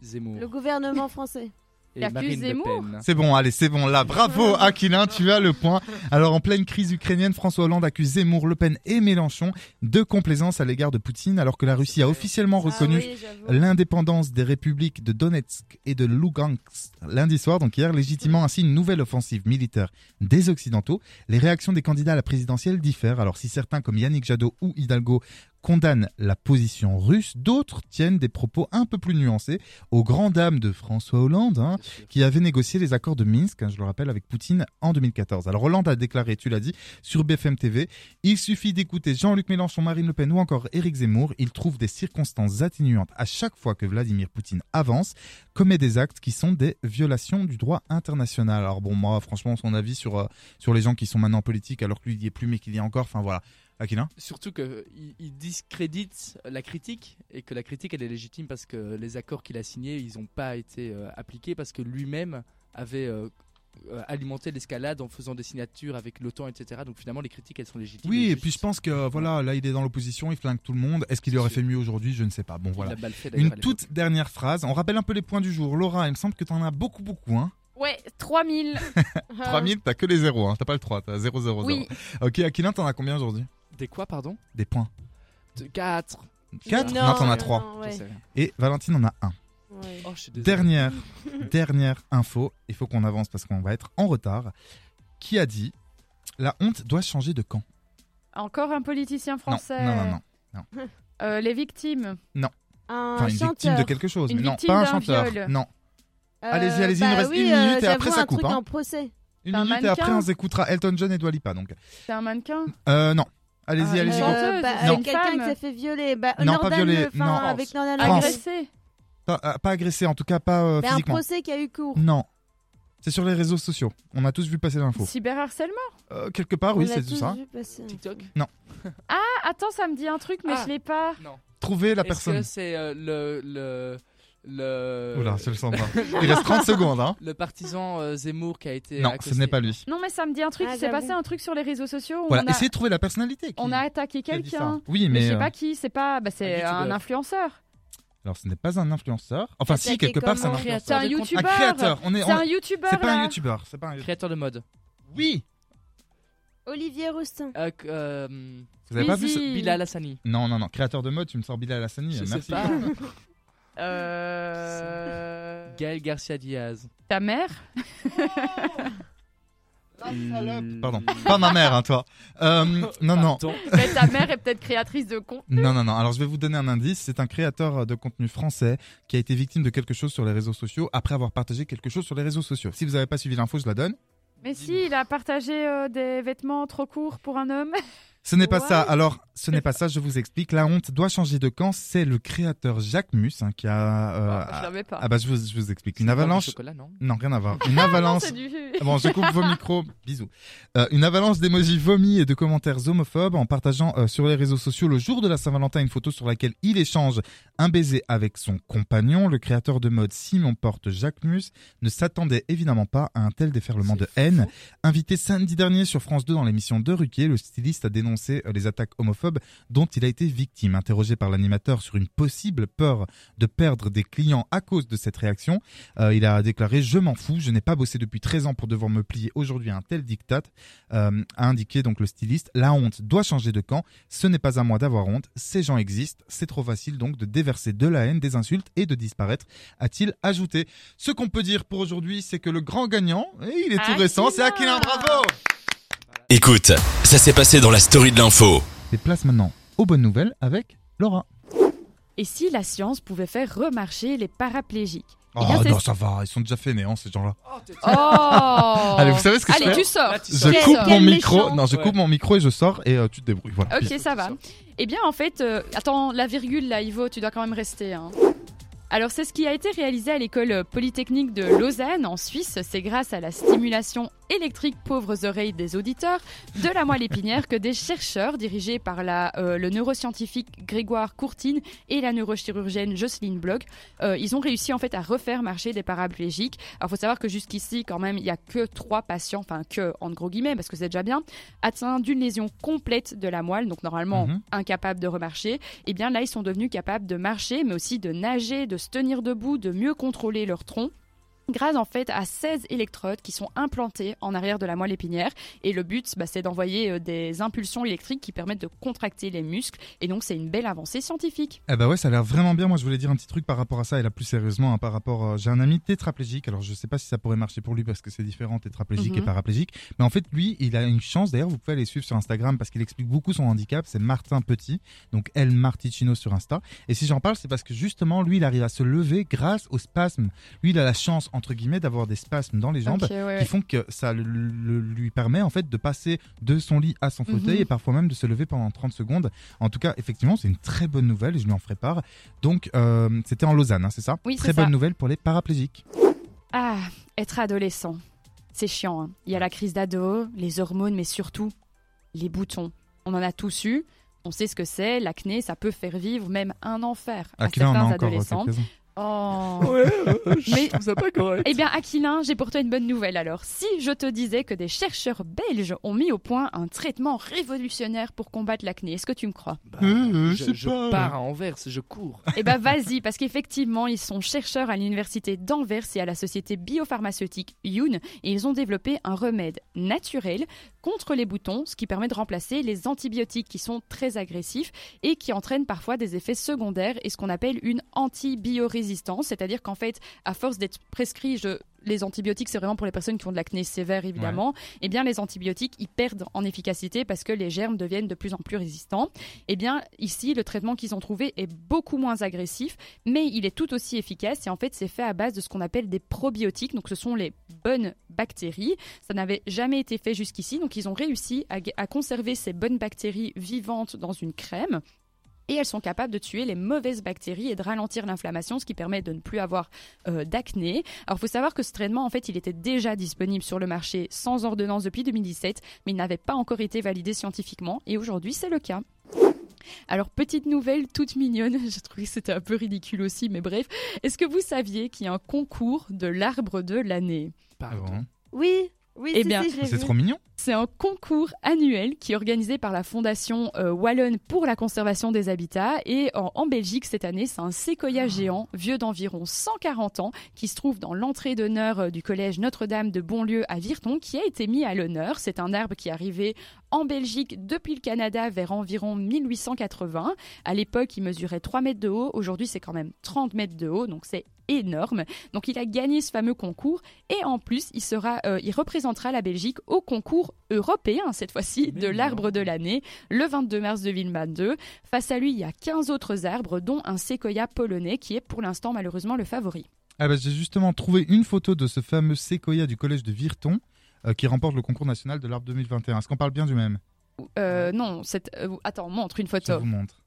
Speaker 5: Zemmour.
Speaker 3: Le gouvernement français.
Speaker 5: Et
Speaker 4: Il accuse
Speaker 5: Marine Le
Speaker 4: Zemmour.
Speaker 5: Pen.
Speaker 2: C'est bon, allez, c'est bon, là, bravo Aquilin, tu as le point. Alors, en pleine crise ukrainienne, François Hollande accuse Zemmour, Le Pen et Mélenchon de complaisance à l'égard de Poutine, alors que la Russie a officiellement reconnu
Speaker 3: Ah oui, j'avoue.
Speaker 2: l'indépendance des républiques de Donetsk et de Lugansk lundi soir, donc hier, légitimant ainsi une nouvelle offensive militaire des Occidentaux. Les réactions des candidats à la présidentielle diffèrent. Alors si certains comme Yannick Jadot ou Hidalgo condamnent la position russe, d'autres tiennent des propos un peu plus nuancés aux grandes dames de François Hollande. hein,
Speaker 5: Bien sûr.
Speaker 2: qui avait négocié les accords de Minsk, hein, je le rappelle, avec Poutine en 2014. Alors Hollande a déclaré, tu l'as dit, sur BFM TV, il suffit d'écouter Jean-Luc Mélenchon, Marine Le Pen ou encore Éric Zemmour, il trouve des circonstances atténuantes à chaque fois que Vladimir Poutine avance, commet des actes qui sont des violations du droit international. Alors bon, moi, franchement, son avis sur, euh, sur les gens qui sont maintenant politiques, alors que lui, il y est plus, mais qu'il y est encore, enfin voilà. Aquilin
Speaker 5: Surtout qu'il discrédite la critique et que la critique elle est légitime parce que les accords qu'il a signés ils n'ont pas été euh, appliqués parce que lui-même avait euh, euh, alimenté l'escalade en faisant des signatures avec l'OTAN etc. Donc finalement les critiques elles sont légitimes.
Speaker 2: Oui, et
Speaker 5: justes.
Speaker 2: puis je pense que voilà, là, il est dans l'opposition, il flingue tout le monde. Est-ce qu'il
Speaker 5: C'est
Speaker 2: aurait
Speaker 5: sûr.
Speaker 2: fait mieux aujourd'hui Je ne sais pas. Bon,
Speaker 5: Il
Speaker 2: voilà.
Speaker 5: l'a mal fait, d'ailleurs,
Speaker 2: Une
Speaker 5: à l'époque.
Speaker 2: toute dernière phrase. On rappelle un peu les points du jour. Laura, il me semble que t'en as beaucoup, beaucoup. Hein.
Speaker 4: Ouais, 3000.
Speaker 3: Ah.
Speaker 2: 3000, t'as que les zéros. Hein. T'as pas le 3, t'as 0, 0,
Speaker 4: Euh. Oui,
Speaker 2: Ok, Aquilin, t'en as combien aujourd'hui
Speaker 5: Des quoi pardon
Speaker 2: Des points.
Speaker 5: De 4
Speaker 2: 4
Speaker 3: Non,
Speaker 2: Non, t'en
Speaker 3: non,
Speaker 2: as 3.
Speaker 3: non, ouais,
Speaker 2: Et Valentine en a 1.
Speaker 3: ouais.
Speaker 5: Oh, je suis désolé.
Speaker 2: Dernière, dernière info. Il faut qu'on avance parce qu'on va être en retard. Qui a dit La honte doit changer de camp
Speaker 4: encore un politicien
Speaker 2: Non,
Speaker 4: français.
Speaker 2: non, non, non.
Speaker 4: Euh, les victimes.
Speaker 3: Un
Speaker 2: Enfin, une victime
Speaker 3: chanteur.
Speaker 2: de quelque chose.
Speaker 4: Une
Speaker 2: mais non,
Speaker 4: victime
Speaker 2: pas un
Speaker 4: d'un
Speaker 2: chanteur.
Speaker 4: viol.
Speaker 2: Non.
Speaker 3: Euh,
Speaker 2: Allez-y, allez-y, il
Speaker 3: bah
Speaker 2: nous reste
Speaker 3: oui,
Speaker 2: une
Speaker 3: euh,
Speaker 2: minute et après,
Speaker 3: j'avoue
Speaker 2: ça
Speaker 3: un
Speaker 2: coupe,
Speaker 3: truc
Speaker 2: hein.
Speaker 3: en procès.
Speaker 2: Une
Speaker 4: un
Speaker 2: minute et
Speaker 4: mannequin
Speaker 2: après, on s'écoutera Elton John et Dua Lipa, donc.
Speaker 4: C'est un mannequin.
Speaker 2: Euh, non. Allez-y,
Speaker 4: Ah,
Speaker 2: allez-y,
Speaker 4: non.
Speaker 2: go.
Speaker 4: chanteuse,
Speaker 3: bah,
Speaker 4: c'est
Speaker 3: euh,
Speaker 4: une
Speaker 3: quelqu'un
Speaker 4: femme.
Speaker 3: qui s'est fait violer. Bah,
Speaker 2: Non,
Speaker 3: Nordan,
Speaker 2: pas violée,
Speaker 3: enfin,
Speaker 2: non.
Speaker 3: avec Nordan
Speaker 2: France.
Speaker 3: Agressé.
Speaker 4: Agressé.
Speaker 2: Pas, euh, pas agressé, en tout cas pas euh,
Speaker 3: Mais un
Speaker 2: physiquement.
Speaker 3: procès qui a eu cours.
Speaker 2: Non. C'est sur les réseaux sociaux. On a tous vu passer l'info.
Speaker 4: Cyberharcèlement.
Speaker 2: Euh, quelque part, oui,
Speaker 3: On l'a
Speaker 2: c'est tout
Speaker 3: tous
Speaker 2: ça.
Speaker 3: vu passer.
Speaker 5: TikTok
Speaker 4: Ah, attends, ça me dit un truc, mais
Speaker 5: Ah.
Speaker 4: je l'ai pas.
Speaker 5: Non.
Speaker 2: Trouver la
Speaker 5: Est-ce
Speaker 2: personne.
Speaker 5: que c'est euh, le le
Speaker 4: euh,
Speaker 5: le
Speaker 2: Oula, je le sens pas. Il reste 30 secondes, hein.
Speaker 5: le partisan euh, Zemmour qui a été
Speaker 2: Non,
Speaker 5: accosté
Speaker 2: ce n'est pas lui.
Speaker 4: Non, mais ça me dit un truc.
Speaker 3: Ah,
Speaker 4: c'est
Speaker 3: j'avoue.
Speaker 4: passé un truc sur les réseaux sociaux. où
Speaker 2: Voilà,
Speaker 4: on, a,
Speaker 2: essayez de trouver la personnalité. qui-
Speaker 4: on a attaqué
Speaker 2: qui a dit ça.
Speaker 4: quelqu'un.
Speaker 2: Oui, mais.
Speaker 4: Mais, je sais
Speaker 2: euh,
Speaker 4: pas qui. C'est pas. Bah, c'est
Speaker 5: Un
Speaker 4: un,
Speaker 5: youtubeur.
Speaker 4: influenceur.
Speaker 2: Alors, ce n'est pas un influenceur. Enfin, si,
Speaker 3: Attaqué
Speaker 2: quelque part, c'est un
Speaker 3: comment
Speaker 2: influenceur.
Speaker 4: C'est un
Speaker 2: Un
Speaker 4: youtubeur.
Speaker 2: créateur. On est.
Speaker 4: C'est
Speaker 2: on-
Speaker 4: un youtubeur.
Speaker 2: C'est pas un
Speaker 4: là.
Speaker 2: youtubeur. C'est pas un.
Speaker 5: Créateur de mode.
Speaker 2: Oui.
Speaker 3: Olivier Roustin.
Speaker 5: Euh, que, euh,
Speaker 2: Vous avez pas vu ce-
Speaker 4: Easy.
Speaker 5: Bilal Hassani.
Speaker 2: Non, non, non. Créateur de mode, tu me sors Bilal Hassani.
Speaker 5: Je
Speaker 2: Ah, Merci.
Speaker 5: sais pas.
Speaker 4: Euh...
Speaker 5: Gaël Garcia Diaz.
Speaker 4: Ta mère
Speaker 2: Pardon. Pas ma mère, hein, toi. Euh, non, non.
Speaker 4: Mais ta mère est peut-être créatrice de con.
Speaker 2: Non, non, non. Alors, je vais vous donner un indice. C'est un créateur euh, de contenu français qui a été victime de quelque chose sur les réseaux sociaux après avoir partagé quelque chose sur les réseaux sociaux. Si vous n'avez pas suivi l'info, je la donne.
Speaker 4: Mais si, il a partagé euh, des vêtements trop courts pour un homme.
Speaker 2: Ce n'est pas
Speaker 4: Ouais.
Speaker 2: ça. Alors, ce n'est pas ça. Je vous explique. La honte doit changer de camp. C'est le créateur Jacques Mus hein, qui a. euh,
Speaker 4: Ah, je l'avais pas.
Speaker 2: ah bah, je vous, je vous explique. Une avalanche.
Speaker 5: Chocolat, non
Speaker 2: Non, rien à voir. Une
Speaker 4: Ah non,
Speaker 2: avalanche.
Speaker 4: c'est du...
Speaker 2: Ah Bon, je coupe vos micros. Bisous. Euh, une avalanche d'émojis vomi et de commentaires homophobes en partageant euh, sur les réseaux sociaux le jour de la Saint-Valentin une photo sur laquelle il échange un baiser avec son compagnon. Le créateur de mode Simon Porte Jacquemus ne s'attendait évidemment pas à un tel déferlement de haine. Invité samedi dernier sur France 2 dans l'émission De Ruquier, le styliste a dénoncé euh, les attaques homophobes xénophobe dont il a été victime. Interrogé par l'animateur sur une possible peur de perdre des clients à cause de cette réaction, euh, il a déclaré Je m'en fous, je n'ai pas bossé depuis 13 ans pour devoir me plier aujourd'hui à un tel diktat, euh, a indiqué donc le styliste. La honte doit changer de camp, ce n'est pas à moi d'avoir honte, ces gens existent, c'est trop facile donc de déverser de la haine, des insultes et de disparaître, a-t-il ajouté. Ce qu'on peut dire pour aujourd'hui, c'est que le grand gagnant, et il est tout
Speaker 4: Aquilin.
Speaker 2: récent, c'est Aquilin, bravo
Speaker 1: Écoute, ça s'est passé dans la story de l'info.
Speaker 2: Et place maintenant aux bonnes nouvelles avec Laura.
Speaker 4: Et si la science pouvait faire remarcher les paraplégiques
Speaker 2: Oh
Speaker 4: Eh bien, c'est-
Speaker 2: non, ça va, ils sont déjà fainéants ces gens-là.
Speaker 4: Oh
Speaker 2: Allez, Ah,
Speaker 4: Allez,
Speaker 2: vous savez ce que je fais
Speaker 4: tu sors
Speaker 5: Là, tu
Speaker 2: Je
Speaker 5: sors.
Speaker 3: Quel-
Speaker 2: coupe mon
Speaker 3: quel
Speaker 2: micro,
Speaker 3: méchant.
Speaker 2: non, je
Speaker 5: Ouais.
Speaker 2: coupe mon micro et je sors et euh, tu te débrouilles. Voilà.
Speaker 4: Ok, ça va. Eh bien, en fait, euh, attends, la virgule là, Ivo, tu dois quand même rester. hein. Alors, c'est ce qui a été réalisé à l'école polytechnique de Lausanne, en Suisse. C'est grâce à la stimulation électrique, pauvres oreilles des auditeurs, de la moelle épinière que des chercheurs dirigés par la, euh, le neuroscientifique Grégoire Courtine et la neurochirurgienne Jocelyne Bloch, euh, ils ont réussi en fait à refaire marcher des paraplégiques. Alors, faut savoir que jusqu'ici, quand même, il n'y a que trois patients, enfin que en gros guillemets, parce que c'est déjà bien, atteints d'une lésion complète de la moelle, donc normalement
Speaker 2: Mhm.
Speaker 4: incapables de remarcher. Et bien là, ils sont devenus capables de marcher, mais aussi de nager, de se tenir debout, de mieux contrôler leur tronc. Grâce en fait à 16 électrodes qui sont implantées en arrière de la moelle épinière. Et le but, bah, c'est d'envoyer euh, des impulsions électriques qui permettent de contracter les muscles. Et donc, c'est une belle avancée scientifique.
Speaker 2: Eh bah ouais, ça a l'air vraiment bien. Moi, je voulais dire un petit truc par rapport à ça et là plus sérieusement hein, par rapport. euh, J'ai un ami tétraplégique. Alors, je sais pas si ça pourrait marcher pour lui parce que c'est différent tétraplégique et
Speaker 4: Mhm.
Speaker 2: paraplégique. Mais en fait, lui, il a une chance. D'ailleurs, vous pouvez aller suivre sur Instagram parce qu'il explique beaucoup son handicap. C'est Martin Petit, donc El Marticino sur Insta. Et si j'en parle, c'est parce que justement, lui, il arrive à se lever grâce aux spasmes. Lui, il a la chance entre guillemets d'avoir des spasmes dans les jambes
Speaker 4: Ok, ouais, ouais.
Speaker 2: qui font que ça le- le- lui permet en fait de passer de son lit à son
Speaker 4: Mhm.
Speaker 2: fauteuil et parfois même de se lever pendant 30 secondes. En tout cas, effectivement, c'est une très bonne nouvelle et je lui en ferai part. Donc, euh, c'était en Lausanne, hein, c'est ça
Speaker 4: Oui, c'est
Speaker 2: Très
Speaker 4: ça.
Speaker 2: bonne nouvelle pour les paraplégiques.
Speaker 4: Ah, être adolescent, c'est chiant. hein. Il y a la crise d'ado, les hormones, mais surtout les boutons. On en a tous eu. On sait ce que c'est. L'acné, ça peut faire vivre même un enfer
Speaker 2: Ah,
Speaker 4: à
Speaker 2: Aquilin, on
Speaker 4: Ah, certains
Speaker 2: a encore euh,
Speaker 4: adolescents.
Speaker 2: quelques-uns.
Speaker 4: Oh.
Speaker 5: Ouais, euh, je
Speaker 4: Mais-
Speaker 5: trouve ça pas correct.
Speaker 4: Eh bien, Aquilin, j'ai pour toi une bonne nouvelle alors. Si je te disais que des chercheurs belges ont mis au point un traitement révolutionnaire pour combattre l'acné, est-ce que tu me crois
Speaker 5: Bah,
Speaker 2: Euh,
Speaker 5: je
Speaker 2: c'est
Speaker 5: je
Speaker 2: pas-
Speaker 5: pars à Anvers, je cours.
Speaker 4: Eh ben vas-y, parce qu'effectivement, ils sont chercheurs à l'université d'Anvers et à la société biopharmaceutique Youn, et ils ont développé un remède naturel contre les boutons, ce qui permet de remplacer les antibiotiques qui sont très agressifs et qui entraînent parfois des effets secondaires et ce qu'on appelle une antibiorésistance, c'est-à-dire qu'en fait, à force d'être prescrit, je les antibiotiques, c'est vraiment pour les personnes qui ont de l'acné sévère, évidemment. Eh bien, les antibiotiques, ils perdent en efficacité parce que les germes deviennent de plus en plus résistants. Eh bien, ici, le traitement qu'ils ont trouvé est beaucoup moins agressif, mais il est tout aussi efficace. Et en fait, c'est fait à base de ce qu'on appelle des probiotiques. Donc, ce sont les bonnes bactéries. Ça n'avait jamais été fait jusqu'ici. Donc, ils ont réussi à, ga- à conserver ces bonnes bactéries vivantes dans une crème. Et elles sont capables de tuer les mauvaises bactéries et de ralentir l'inflammation, ce qui permet de ne plus avoir euh, d'acné. Alors, il faut savoir que ce traitement, en fait, il était déjà disponible sur le marché sans ordonnance depuis 2017, mais il n'avait pas encore été validé scientifiquement. Et aujourd'hui, c'est le cas. Alors, petite nouvelle toute mignonne, j'ai trouvé que c'était un peu ridicule aussi, mais bref. Est-ce que vous saviez qu'il y a un concours de l'arbre de l'année
Speaker 2: Ah
Speaker 5: Pardon.
Speaker 2: bon
Speaker 3: Oui, oui,
Speaker 4: Eh
Speaker 3: si,
Speaker 4: bien,
Speaker 3: si, je l'ai
Speaker 2: C'est
Speaker 3: vu.
Speaker 2: trop mignon.
Speaker 4: C'est un concours annuel qui est organisé par la Fondation euh, Wallonne pour la conservation des habitats. Et en, en Belgique, cette année, c'est un séquoia géant, vieux d'environ 140 ans, qui se trouve dans l'entrée d'honneur euh, du collège Notre-Dame de Bonlieu à Virton, qui a été mis à l'honneur. C'est un arbre qui est arrivé en Belgique depuis le Canada vers environ 1880. À l'époque, il mesurait 3 mètres de haut. Aujourd'hui, c'est quand même 30 mètres de haut, donc c'est énorme. Donc il a gagné ce fameux concours et en plus, il, sera, euh, il représentera la Belgique au concours européen, cette fois-ci,
Speaker 5: Mais
Speaker 4: de
Speaker 5: non.
Speaker 4: l'arbre de l'année, le 22 mars 2022. Face à lui, il y a 15 autres arbres, dont un séquoia polonais qui est pour l'instant malheureusement le favori.
Speaker 2: Ah bah, J'ai justement trouvé une photo de ce fameux séquoia du collège de Virton euh, qui remporte le concours national de l'arbre 2021. Est-ce qu'on parle bien du même
Speaker 4: Euh, non, c'est- euh, attends, montre une
Speaker 2: Je
Speaker 4: photo.
Speaker 2: vous montre.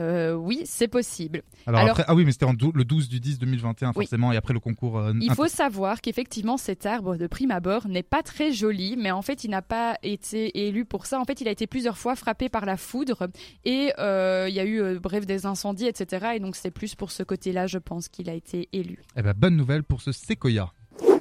Speaker 4: Euh, oui, c'est possible.
Speaker 2: Alors,
Speaker 4: Alors-
Speaker 2: après, ah oui, mais c'était en dou- le 12 du 10 2021
Speaker 4: Oui.
Speaker 2: forcément et après le concours. euh,
Speaker 4: Il
Speaker 2: inter-
Speaker 4: faut savoir qu'effectivement cet arbre de prime abord n'est pas très joli, mais en fait il n'a pas été élu pour ça. En fait il a été plusieurs fois frappé par la foudre et euh, il y a eu euh, bref des incendies etc. Et donc c'est plus pour ce côté-là je pense qu'il a été élu.
Speaker 2: Eh ben, bonne nouvelle pour ce séquoia.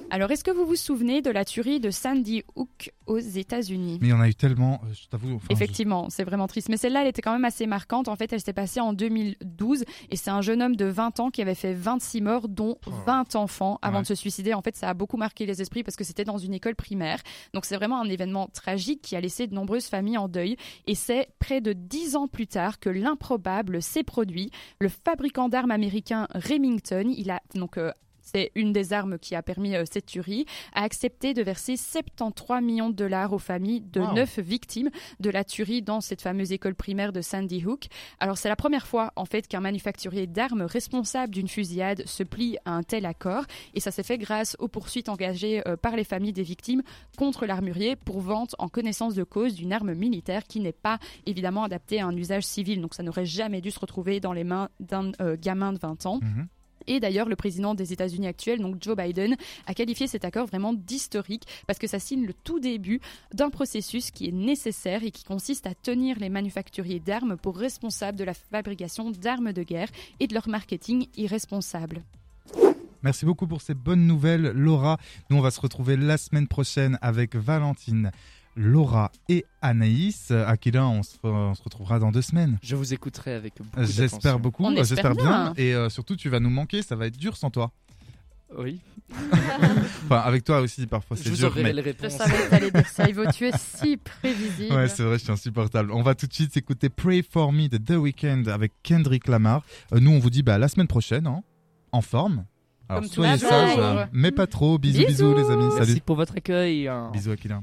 Speaker 4: Alors, est-ce que vous vous souvenez de la tuerie de Sandy Hook aux États-Unis
Speaker 2: Mais il y en a eu tellement, euh, je t'avoue. enfin, je-
Speaker 4: Effectivement, c'est vraiment triste. Mais celle-là, elle était quand même assez marquante. En fait, elle s'est passée en 2012 et c'est un jeune homme de 20 ans qui avait fait 26 morts, dont
Speaker 2: Oh là là.
Speaker 4: 20 enfants, avant
Speaker 2: Ouais.
Speaker 4: de se suicider. En fait, ça a beaucoup marqué les esprits parce que c'était dans une école primaire. Donc, c'est vraiment un événement tragique qui a laissé de nombreuses familles en deuil. Et c'est près de 10 ans plus tard que l'improbable s'est produit. Le fabricant d'armes américain Remington, il a donc. euh, c'est une des armes qui a permis euh, cette tuerie, a accepté de verser 73 millions de dollars aux familles de
Speaker 2: Wow.
Speaker 4: neuf victimes de la tuerie dans cette fameuse école primaire de Sandy Hook. Alors c'est la première fois en fait qu'un manufacturier d'armes responsable d'une fusillade se plie à un tel accord et ça s'est fait grâce aux poursuites engagées euh, par les familles des victimes contre l'armurier pour vente en connaissance de cause d'une arme militaire qui n'est pas évidemment adaptée à un usage civil donc ça n'aurait jamais dû se retrouver dans les mains d'un euh, gamin de 20 ans.
Speaker 2: Mhm.
Speaker 4: Et d'ailleurs, le président des États-Unis actuel, donc Joe Biden, a qualifié cet accord vraiment d'historique parce que ça signe le tout début d'un processus qui est nécessaire et qui consiste à tenir les manufacturiers d'armes pour responsables de la fabrication d'armes de guerre et de leur marketing irresponsable.
Speaker 2: Merci beaucoup pour ces bonnes nouvelles, Laura. Nous, on va se retrouver la semaine prochaine avec Valentine, Laura et Anaïs. Euh, Aquila, on se, on se retrouvera dans deux semaines.
Speaker 5: Je vous écouterai avec beaucoup
Speaker 2: J'espère
Speaker 5: d'attention.
Speaker 2: beaucoup,
Speaker 4: On
Speaker 2: euh,
Speaker 4: espère
Speaker 2: j'espère bien.
Speaker 4: bien.
Speaker 2: Et euh, surtout, tu vas nous manquer, ça va être dur sans
Speaker 5: Mm.
Speaker 2: toi.
Speaker 5: Oui.
Speaker 2: Enfin, avec toi aussi, parfois,
Speaker 5: Je
Speaker 2: c'est
Speaker 5: vous
Speaker 2: dur.
Speaker 5: enverrai
Speaker 2: mais-
Speaker 5: les réponses.
Speaker 4: que t'allais dire ça. Il vaut tuer si prévisible.
Speaker 2: Ouais, c'est vrai, je suis insupportable. On va tout de suite écouter Pray for Me de The Weeknd avec Kendrick Lamar. Euh, nous, on vous dit bah, à la semaine prochaine, hein, en forme. Alors,
Speaker 5: Comme
Speaker 2: soyez
Speaker 4: toujours.
Speaker 2: sages, euh, mais pas trop. Bisous, bisous,
Speaker 4: Bisous.
Speaker 2: les amis.
Speaker 5: Merci
Speaker 2: Salut.
Speaker 5: pour votre accueil. hein.
Speaker 2: Bisous, Aquila.